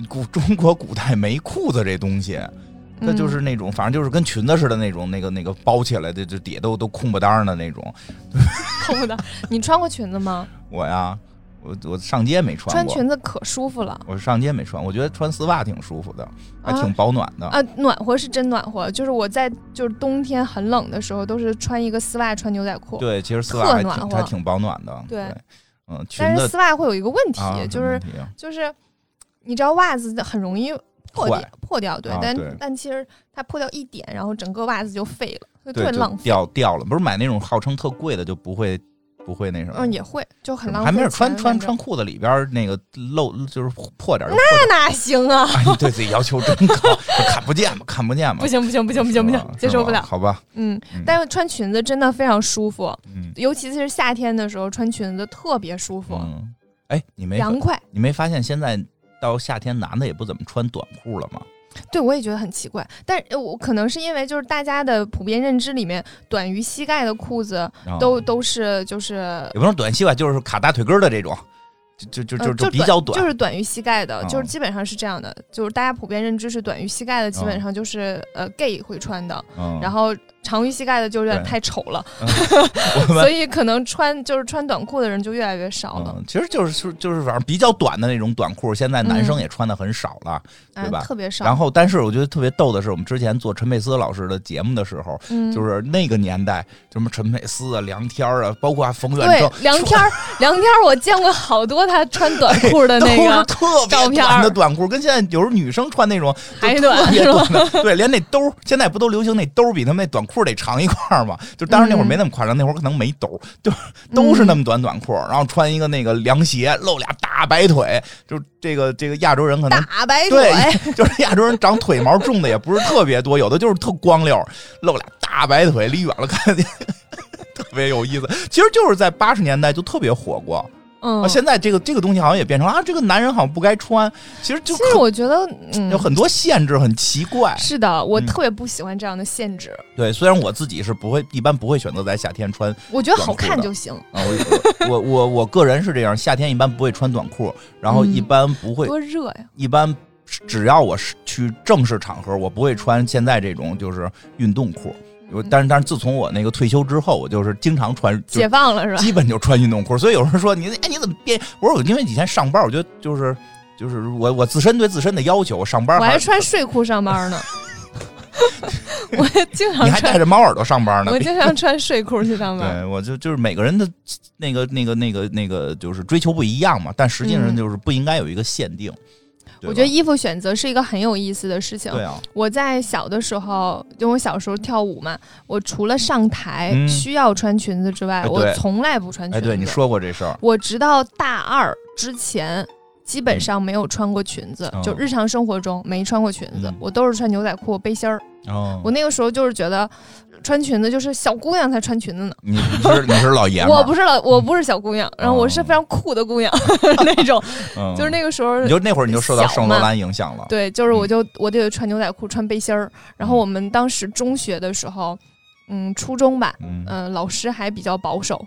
[SPEAKER 2] 古中国古代没裤子这东
[SPEAKER 1] [laughs]
[SPEAKER 2] 西，它
[SPEAKER 1] 嗯
[SPEAKER 2] 就是那种，反正就是跟裙子似的那种，那个那个包起来的，就底下都都空不当的那种。
[SPEAKER 1] 扣的。你穿过裙子吗？
[SPEAKER 2] 我呀，我我上街没穿
[SPEAKER 1] 穿
[SPEAKER 2] 过，
[SPEAKER 1] 裙子可舒服了
[SPEAKER 2] 我上街没穿，我觉得穿丝袜挺舒服的，还
[SPEAKER 1] 啊
[SPEAKER 2] 挺保暖的。
[SPEAKER 1] 啊，暖和是真暖和。就是我在就是冬天很冷的时候，都是穿一个丝袜，穿牛仔裤。
[SPEAKER 2] 对，其实丝
[SPEAKER 1] 特
[SPEAKER 2] 袜还
[SPEAKER 1] 暖
[SPEAKER 2] 挺
[SPEAKER 1] 和
[SPEAKER 2] 还挺保暖的。
[SPEAKER 1] 对
[SPEAKER 2] 嗯，裙
[SPEAKER 1] 但是
[SPEAKER 2] 子
[SPEAKER 1] 丝袜会有一个问题，
[SPEAKER 2] 啊，什
[SPEAKER 1] 就
[SPEAKER 2] 么
[SPEAKER 1] 是
[SPEAKER 2] 问题啊
[SPEAKER 1] 就是，你知道袜子很容易破掉
[SPEAKER 2] 坏，
[SPEAKER 1] 破掉对，
[SPEAKER 2] 啊
[SPEAKER 1] 但
[SPEAKER 2] 对
[SPEAKER 1] 但其实它破掉一点，然后整个袜子就废了，就特
[SPEAKER 2] 对
[SPEAKER 1] 别
[SPEAKER 2] 就
[SPEAKER 1] 浪费。
[SPEAKER 2] 掉掉了，不是买那种号称特贵的就不会不会那什么。
[SPEAKER 1] 嗯，也会就很
[SPEAKER 2] 是吗
[SPEAKER 1] 浪费钱。
[SPEAKER 2] 还没事，穿穿
[SPEAKER 1] 反正
[SPEAKER 2] 穿，裤子里边儿那个露就是破点儿就破点儿。
[SPEAKER 1] 那哪行啊？
[SPEAKER 2] 哎，你对自己要求真高，看不见嘛，看不见嘛
[SPEAKER 1] 不。行不行不行不行不
[SPEAKER 2] 是吧
[SPEAKER 1] 行，接受不
[SPEAKER 2] 啊是吧
[SPEAKER 1] 了。
[SPEAKER 2] 好吧，
[SPEAKER 1] 嗯
[SPEAKER 2] 嗯，
[SPEAKER 1] 但是穿裙子真的非常舒服， [laughs]
[SPEAKER 2] 嗯
[SPEAKER 1] 尤其是夏天的时候穿裙子特别舒服，
[SPEAKER 2] 嗯，哎，你没
[SPEAKER 1] 凉快。
[SPEAKER 2] 你没发现现在到夏天男的也不怎么穿短裤了吗？
[SPEAKER 1] 对我也觉得很奇怪，但是呃我可能是因为就是大家的普遍认知里面，短于膝盖的裤子
[SPEAKER 2] 啊
[SPEAKER 1] 都都是就是
[SPEAKER 2] 也不能短袖吧，就是卡大腿根儿的这种，就就就就
[SPEAKER 1] 嗯就
[SPEAKER 2] 比较
[SPEAKER 1] 短，就是短于膝盖的，就
[SPEAKER 2] 嗯
[SPEAKER 1] 是基本上是这样的，就是大家普遍认知是短于膝盖的，基
[SPEAKER 2] 哦
[SPEAKER 1] 本上就是呃 gay 会穿的，
[SPEAKER 2] 嗯，
[SPEAKER 1] 然后长于膝盖的就有点
[SPEAKER 2] 对嗯
[SPEAKER 1] 太丑了，
[SPEAKER 2] [laughs] 我们
[SPEAKER 1] 所以可能穿就是穿短裤的人就越来越少了，
[SPEAKER 2] 嗯，其实就是就是就是反正比较短的那种短裤，现在男生也穿的很少了。对吧
[SPEAKER 1] 啊，特别嗯少。
[SPEAKER 2] 然后，但是我觉得特别逗的是，我们之前做陈佩斯老师的节目的时候，
[SPEAKER 1] 嗯，
[SPEAKER 2] 就是那个年代，什么陈佩斯啊、梁天儿啊，包括啊冯远
[SPEAKER 1] 对
[SPEAKER 2] 征，
[SPEAKER 1] 梁天儿，梁天儿我见过好多他穿短裤的
[SPEAKER 2] 都
[SPEAKER 1] 那
[SPEAKER 2] 是
[SPEAKER 1] 个
[SPEAKER 2] 特
[SPEAKER 1] 照
[SPEAKER 2] 别
[SPEAKER 1] 片
[SPEAKER 2] 短的
[SPEAKER 1] 儿
[SPEAKER 2] 短裤，跟现在有时候女生穿那种
[SPEAKER 1] 还
[SPEAKER 2] 特
[SPEAKER 1] 短
[SPEAKER 2] 别
[SPEAKER 1] 是吧？
[SPEAKER 2] 短的，对，连那兜儿现在不都流行那兜儿比他们那短裤得长一块儿嘛？就当然那会儿没那么夸张，那会儿可能没兜儿，就是
[SPEAKER 1] 嗯
[SPEAKER 2] 都是那么短短裤，然后穿一个那个凉鞋，露俩大白腿，就是这个这个亚洲人可能
[SPEAKER 1] 大白腿，
[SPEAKER 2] 对，就是亚洲人长腿毛种的也不是特别多，有的就是特光溜儿，露俩大白腿，离远了看见 [laughs] 特别有意思。其实就是在八十年代就特别火过，
[SPEAKER 1] 嗯
[SPEAKER 2] 啊，，现在这个这个东西好像也变成啊，这个男人好像不该穿，其实就
[SPEAKER 1] 其实
[SPEAKER 2] 很
[SPEAKER 1] 我觉得嗯
[SPEAKER 2] 有。很多限制，很奇怪。
[SPEAKER 1] 是的，我
[SPEAKER 2] 嗯
[SPEAKER 1] 特别不喜欢这样的限制，
[SPEAKER 2] 对，虽然我自己是不会，一般不会选择在夏天穿
[SPEAKER 1] 我觉得好
[SPEAKER 2] 短裤
[SPEAKER 1] 看
[SPEAKER 2] 的
[SPEAKER 1] 就行，
[SPEAKER 2] 啊，我 [laughs] 我我我个人是这样，夏天一般不会穿短裤，然后一
[SPEAKER 1] 嗯
[SPEAKER 2] 般不会，
[SPEAKER 1] 多热呀！
[SPEAKER 2] 一般只要我是去正式场合，我不会穿现在这种就是运动裤。我
[SPEAKER 1] 嗯
[SPEAKER 2] 但是但是自从我那个退休之后，我就是经常穿，就
[SPEAKER 1] 解放了是吧？ [laughs]
[SPEAKER 2] 基本就穿运动裤。所以有人说你哎你怎么变？我说我因为以前上班，我觉得就是就是我我自身对自身的要求，我上班
[SPEAKER 1] 我还
[SPEAKER 2] [laughs] 还
[SPEAKER 1] 穿睡裤上班呢。我经常
[SPEAKER 2] 你还
[SPEAKER 1] 穿
[SPEAKER 2] 戴着猫耳朵上班呢
[SPEAKER 1] 我。经常穿睡裤去上班。
[SPEAKER 2] 对，我就就是每个人的那个那个那个那个就是追求不一样嘛，但实际上
[SPEAKER 1] 嗯
[SPEAKER 2] 就是不应该有一个限定。对
[SPEAKER 1] 我
[SPEAKER 2] 吧
[SPEAKER 1] 觉得衣服选择是一个很有意思的事情。
[SPEAKER 2] 对啊，
[SPEAKER 1] 我在小的时候，因为我小时候跳舞嘛，我除了上台
[SPEAKER 2] 嗯
[SPEAKER 1] 需要穿裙子之外，
[SPEAKER 2] 哎对
[SPEAKER 1] 我从来不穿裙
[SPEAKER 2] 哎，
[SPEAKER 1] 子。
[SPEAKER 2] 对你，说过这事儿，
[SPEAKER 1] 我直到大二之前。基本上没有穿过裙子，
[SPEAKER 2] 嗯
[SPEAKER 1] 就日常生活中没穿过裙子，
[SPEAKER 2] 嗯
[SPEAKER 1] 我都是穿牛仔裤、背心儿。
[SPEAKER 2] 哦
[SPEAKER 1] 我，那个时候就是觉得，穿裙子就是小姑娘才穿裙子呢。
[SPEAKER 2] 你你是你是老爷们儿，嗯哦
[SPEAKER 1] 我不是老，我不是小姑娘，然后我是非常酷的姑
[SPEAKER 2] [laughs]
[SPEAKER 1] 娘、 [laughs] 那种，
[SPEAKER 2] 嗯
[SPEAKER 1] 就是那个时候
[SPEAKER 2] 你就嗯那会儿你就受到圣罗兰影响了，
[SPEAKER 1] 对，就是我就我得穿牛仔裤，穿背心儿。然
[SPEAKER 2] 嗯
[SPEAKER 1] 后我们当时中学的时候，嗯，初中吧，
[SPEAKER 2] 嗯
[SPEAKER 1] 嗯、老师还比较保守，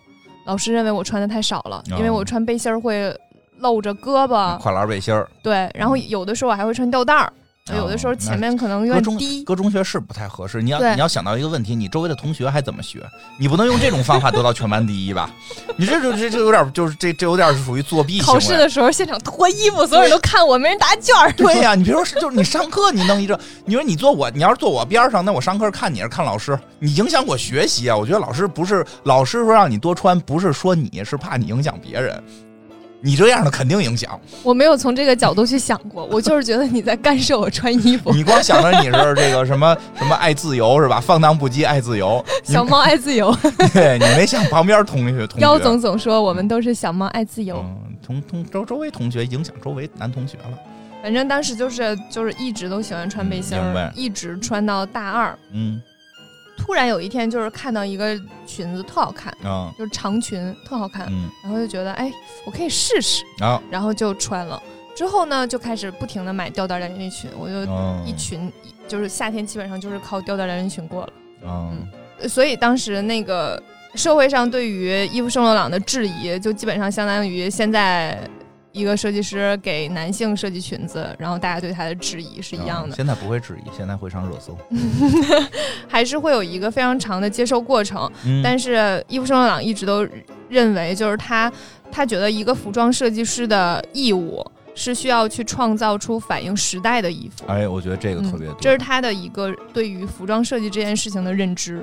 [SPEAKER 1] 老师认为我穿的太少了，因为
[SPEAKER 2] 哦嗯
[SPEAKER 1] 我穿背心儿会露着胳膊，
[SPEAKER 2] 跨栏背心儿，
[SPEAKER 1] 对，然后有的时候我还会穿吊带儿，有的时候
[SPEAKER 2] 嗯哦
[SPEAKER 1] 前面可能有
[SPEAKER 2] 搁
[SPEAKER 1] 点
[SPEAKER 2] 中
[SPEAKER 1] 低。
[SPEAKER 2] 搁中学是不太合适。你要
[SPEAKER 1] 对
[SPEAKER 2] 你要想到一个问题，你周围的同学还怎么学？你不能用这种方法得到全班第一吧？你这就这这有点就是这这有点是属于作弊行
[SPEAKER 1] 考试
[SPEAKER 2] 为。
[SPEAKER 1] 的时候，现场脱衣服，所有人都看我，没人答卷儿。
[SPEAKER 2] 对呀、你别说是就是你上课你弄一这，你说你坐我，你要是坐我边上，那我上课看你是看老师，你影响我学习啊！我觉得老师不是老师说让你多穿，不是说你是怕你影响别人，你这样的肯定影响。
[SPEAKER 1] [laughs] 我没有从这个角度去想过，我就是觉得你在干涉我穿衣服。
[SPEAKER 2] 你光想着你是这个什么什么爱自由是吧？放荡不羁爱自由，
[SPEAKER 1] 小猫爱自 [laughs] 由，
[SPEAKER 2] 对你没想旁边同学同学。
[SPEAKER 1] 妖总总说我们都是小猫爱自由。
[SPEAKER 2] 嗯，同同周周围同学影响周围男同学了，
[SPEAKER 1] 反正当时就是就是一直都喜欢穿背心
[SPEAKER 2] 嗯明
[SPEAKER 1] 儿
[SPEAKER 2] 白，
[SPEAKER 1] 一直穿到大二。
[SPEAKER 2] 嗯
[SPEAKER 1] 突然有一天，就是看到一个裙子特好看，
[SPEAKER 2] 啊
[SPEAKER 1] 就是长裙特好看，
[SPEAKER 2] 嗯，啊
[SPEAKER 1] 然后就觉得哎，我可以试试，
[SPEAKER 2] 然后
[SPEAKER 1] 然后就穿了。之后呢，就开始不停的买吊带连衣裙，我就
[SPEAKER 2] 嗯
[SPEAKER 1] 呃一群，就是夏天基本上就是靠吊带连衣裙过了。
[SPEAKER 2] 嗯
[SPEAKER 1] 呃所以当时那个社会上对于伊夫圣罗朗的质疑，就基本上相当于现在一个设计师给男性设计裙子，然后大家对他的质疑是一样的。
[SPEAKER 2] 啊现在不会质疑，现在会上热搜。
[SPEAKER 1] 还是会有一个非常长的接受过程。
[SPEAKER 2] 嗯
[SPEAKER 1] 但是伊夫圣罗朗一直都认为，就是他他觉得一个服装设计师的义务是需要去创造出反映时代的衣服。
[SPEAKER 2] 哎，我觉得这个特别
[SPEAKER 1] 嗯
[SPEAKER 2] 对，
[SPEAKER 1] 这是他的一个对于服装设计这件事情的认知。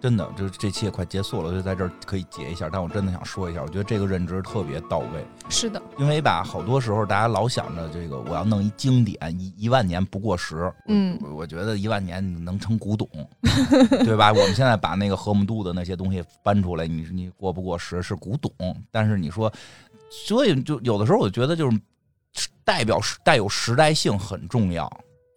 [SPEAKER 2] 真的，就是这期也快结束了，我就在这儿可以结一下。但我真的想说一下，我觉得这个认知特别到位，
[SPEAKER 1] 是的，
[SPEAKER 2] 因为吧，好多时候大家老想着这个我要弄一经典，一一万年不过时，
[SPEAKER 1] 嗯
[SPEAKER 2] 我我觉得一万年你能成古董， [laughs] 对吧？我们现在把那个禾木杜的那些东西搬出来，你你过不过时是古董，但是你说，所以就有的时候我觉得就是代表时带有时代性很重要。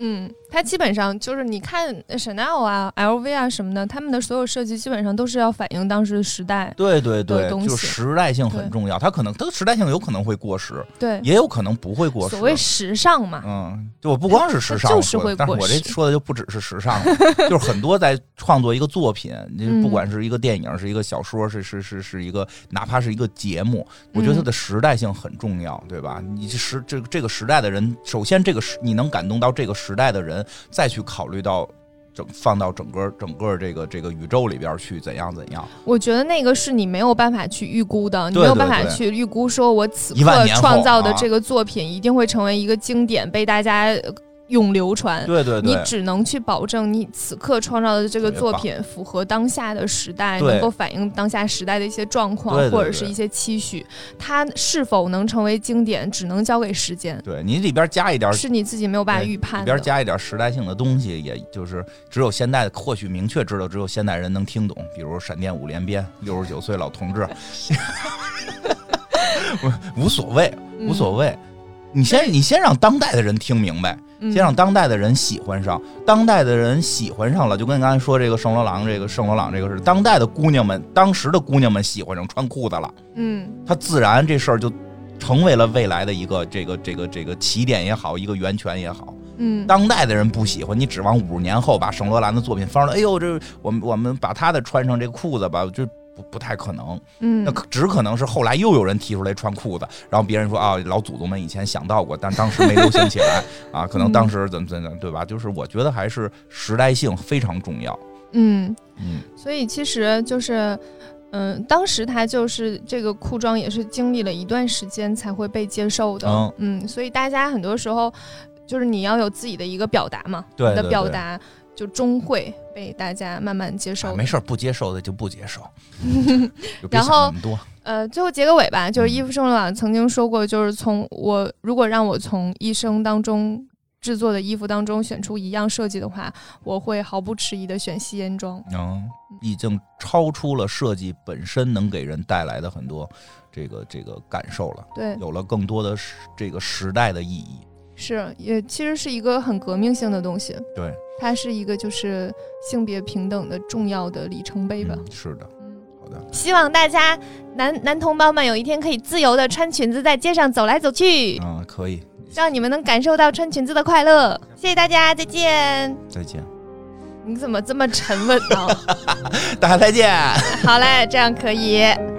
[SPEAKER 1] 嗯，他基本上就是你看 Chanel 啊、LV 啊什么的，他们的所有设计基本上都是要反映当时的时代。
[SPEAKER 2] 对对
[SPEAKER 1] 对
[SPEAKER 2] 对，
[SPEAKER 1] 东
[SPEAKER 2] 就
[SPEAKER 1] 西
[SPEAKER 2] 时代性很重要。它可能它的时代性有可能会过时，
[SPEAKER 1] 对，
[SPEAKER 2] 也有可能不会过时。
[SPEAKER 1] 所谓时尚嘛，
[SPEAKER 2] 嗯，就我不光是时尚，
[SPEAKER 1] 它啊
[SPEAKER 2] 我
[SPEAKER 1] 就是
[SPEAKER 2] 说的
[SPEAKER 1] 会
[SPEAKER 2] 但是
[SPEAKER 1] 过
[SPEAKER 2] 我这
[SPEAKER 1] 时
[SPEAKER 2] 说的就不只是时尚了，就是很多在创作一个作品，你
[SPEAKER 1] 嗯
[SPEAKER 2] 不管是一个电影，是一个小说，是是是是一个，哪怕是一个节目，我觉得它
[SPEAKER 1] 嗯
[SPEAKER 2] 的时代性很重要，对吧？你这时这这个时代的人，首先这个时你能感动到这个时代的人，再去考虑到。整放到整个整个这个这个宇宙里边去怎样怎样？
[SPEAKER 1] 我觉得那个是你没有办法去预估的，你
[SPEAKER 2] 对
[SPEAKER 1] 没有
[SPEAKER 2] 对
[SPEAKER 1] 办法
[SPEAKER 2] 对
[SPEAKER 1] 去预估说我此
[SPEAKER 2] 一万
[SPEAKER 1] 刻
[SPEAKER 2] 年后
[SPEAKER 1] 创造的
[SPEAKER 2] 啊
[SPEAKER 1] 这个作品一定会成为一个经典，被大家呃永流传。
[SPEAKER 2] 对对
[SPEAKER 1] 呃你
[SPEAKER 2] 对，
[SPEAKER 1] 只能去保证你此刻创造的这个
[SPEAKER 2] 特别
[SPEAKER 1] 作
[SPEAKER 2] 棒
[SPEAKER 1] 品符合当下的时代，
[SPEAKER 2] 对
[SPEAKER 1] 能够反映当下时代的一些状况
[SPEAKER 2] 对对
[SPEAKER 1] 或者
[SPEAKER 2] 对
[SPEAKER 1] 是一些期许。它是否能成为经典，只能交给时间，
[SPEAKER 2] 对你里边加一点
[SPEAKER 1] 是你自己没有办法
[SPEAKER 2] 对
[SPEAKER 1] 预判
[SPEAKER 2] 里
[SPEAKER 1] 的
[SPEAKER 2] 边。加一点时代性的东西，也就是只有现代或许明确知道，只有现代人能听懂，比如闪电五连鞭，六十九岁老同志，无无所谓，无所谓。你先，你先让当代的人听明白，
[SPEAKER 1] 嗯，
[SPEAKER 2] 先让当代的人喜欢上，当代的人喜欢上了，就跟刚才说这个圣罗朗，这个圣罗朗这个是当代的姑娘们，当时的姑娘们喜欢上穿裤子了，
[SPEAKER 1] 嗯
[SPEAKER 2] 它自然这事儿就成为了未来的一个这个这个这个起点也好，一个源泉也好。
[SPEAKER 1] 嗯，
[SPEAKER 2] 当代的人不喜欢，你指望五十年后把圣罗兰的作品放出来，哎呦，这我们我们把他的穿上这裤子吧，就不不太可能。
[SPEAKER 1] 嗯
[SPEAKER 2] 那可只可能是后来又有人提出来穿裤子，然后别人说啊，老祖宗们以前想到过，但当时没流行起来啊，可能当时怎么怎么怎么对吧？就是我觉得还是时代性非常重要。
[SPEAKER 1] 嗯，
[SPEAKER 2] 嗯，
[SPEAKER 1] 所以其实就是，嗯、当时他就是这个裤装也是经历了一段时间才会被接受的，
[SPEAKER 2] 嗯
[SPEAKER 1] 嗯，所以大家很多时候就是你要有自己的一个表达嘛，
[SPEAKER 2] 对
[SPEAKER 1] 你的
[SPEAKER 2] 对
[SPEAKER 1] 表
[SPEAKER 2] 对
[SPEAKER 1] 达就终会被大家慢慢接受
[SPEAKER 2] 啊
[SPEAKER 1] 的。
[SPEAKER 2] 没事儿，不接受的就不 [laughs] 接受，就别
[SPEAKER 1] 然
[SPEAKER 2] 想
[SPEAKER 1] 后
[SPEAKER 2] 那么多。
[SPEAKER 1] 呃，最后结个尾吧，
[SPEAKER 2] 嗯
[SPEAKER 1] 就是伊夫圣罗朗曾经说过，就是从我如果让我从一生当中制作的衣服当中选出一样设计的话，我会毫不迟疑的选吸烟装。
[SPEAKER 2] 嗯，已经超出了设计本身能给人带来的很多这个这个感受了，
[SPEAKER 1] 对，
[SPEAKER 2] 有了更多的时这个时代的意义。
[SPEAKER 1] 是也其实是一个很革命性的东西，
[SPEAKER 2] 对，
[SPEAKER 1] 它是一个就是性别平等的重要的里程碑吧。
[SPEAKER 2] 嗯，是的，
[SPEAKER 1] 嗯
[SPEAKER 2] 好的，
[SPEAKER 1] 希望大家男男同胞们有一天可以自由的穿裙子在街上走来走去，
[SPEAKER 2] 嗯，可以，
[SPEAKER 1] 让你们能感受到穿裙子的快乐。谢谢大家，再见。
[SPEAKER 2] 再见，
[SPEAKER 1] 你怎么这么沉稳呢、
[SPEAKER 2] [laughs]
[SPEAKER 1] [laughs]
[SPEAKER 2] 大家再见。
[SPEAKER 1] 好嘞，这样可以。
[SPEAKER 2] 嗯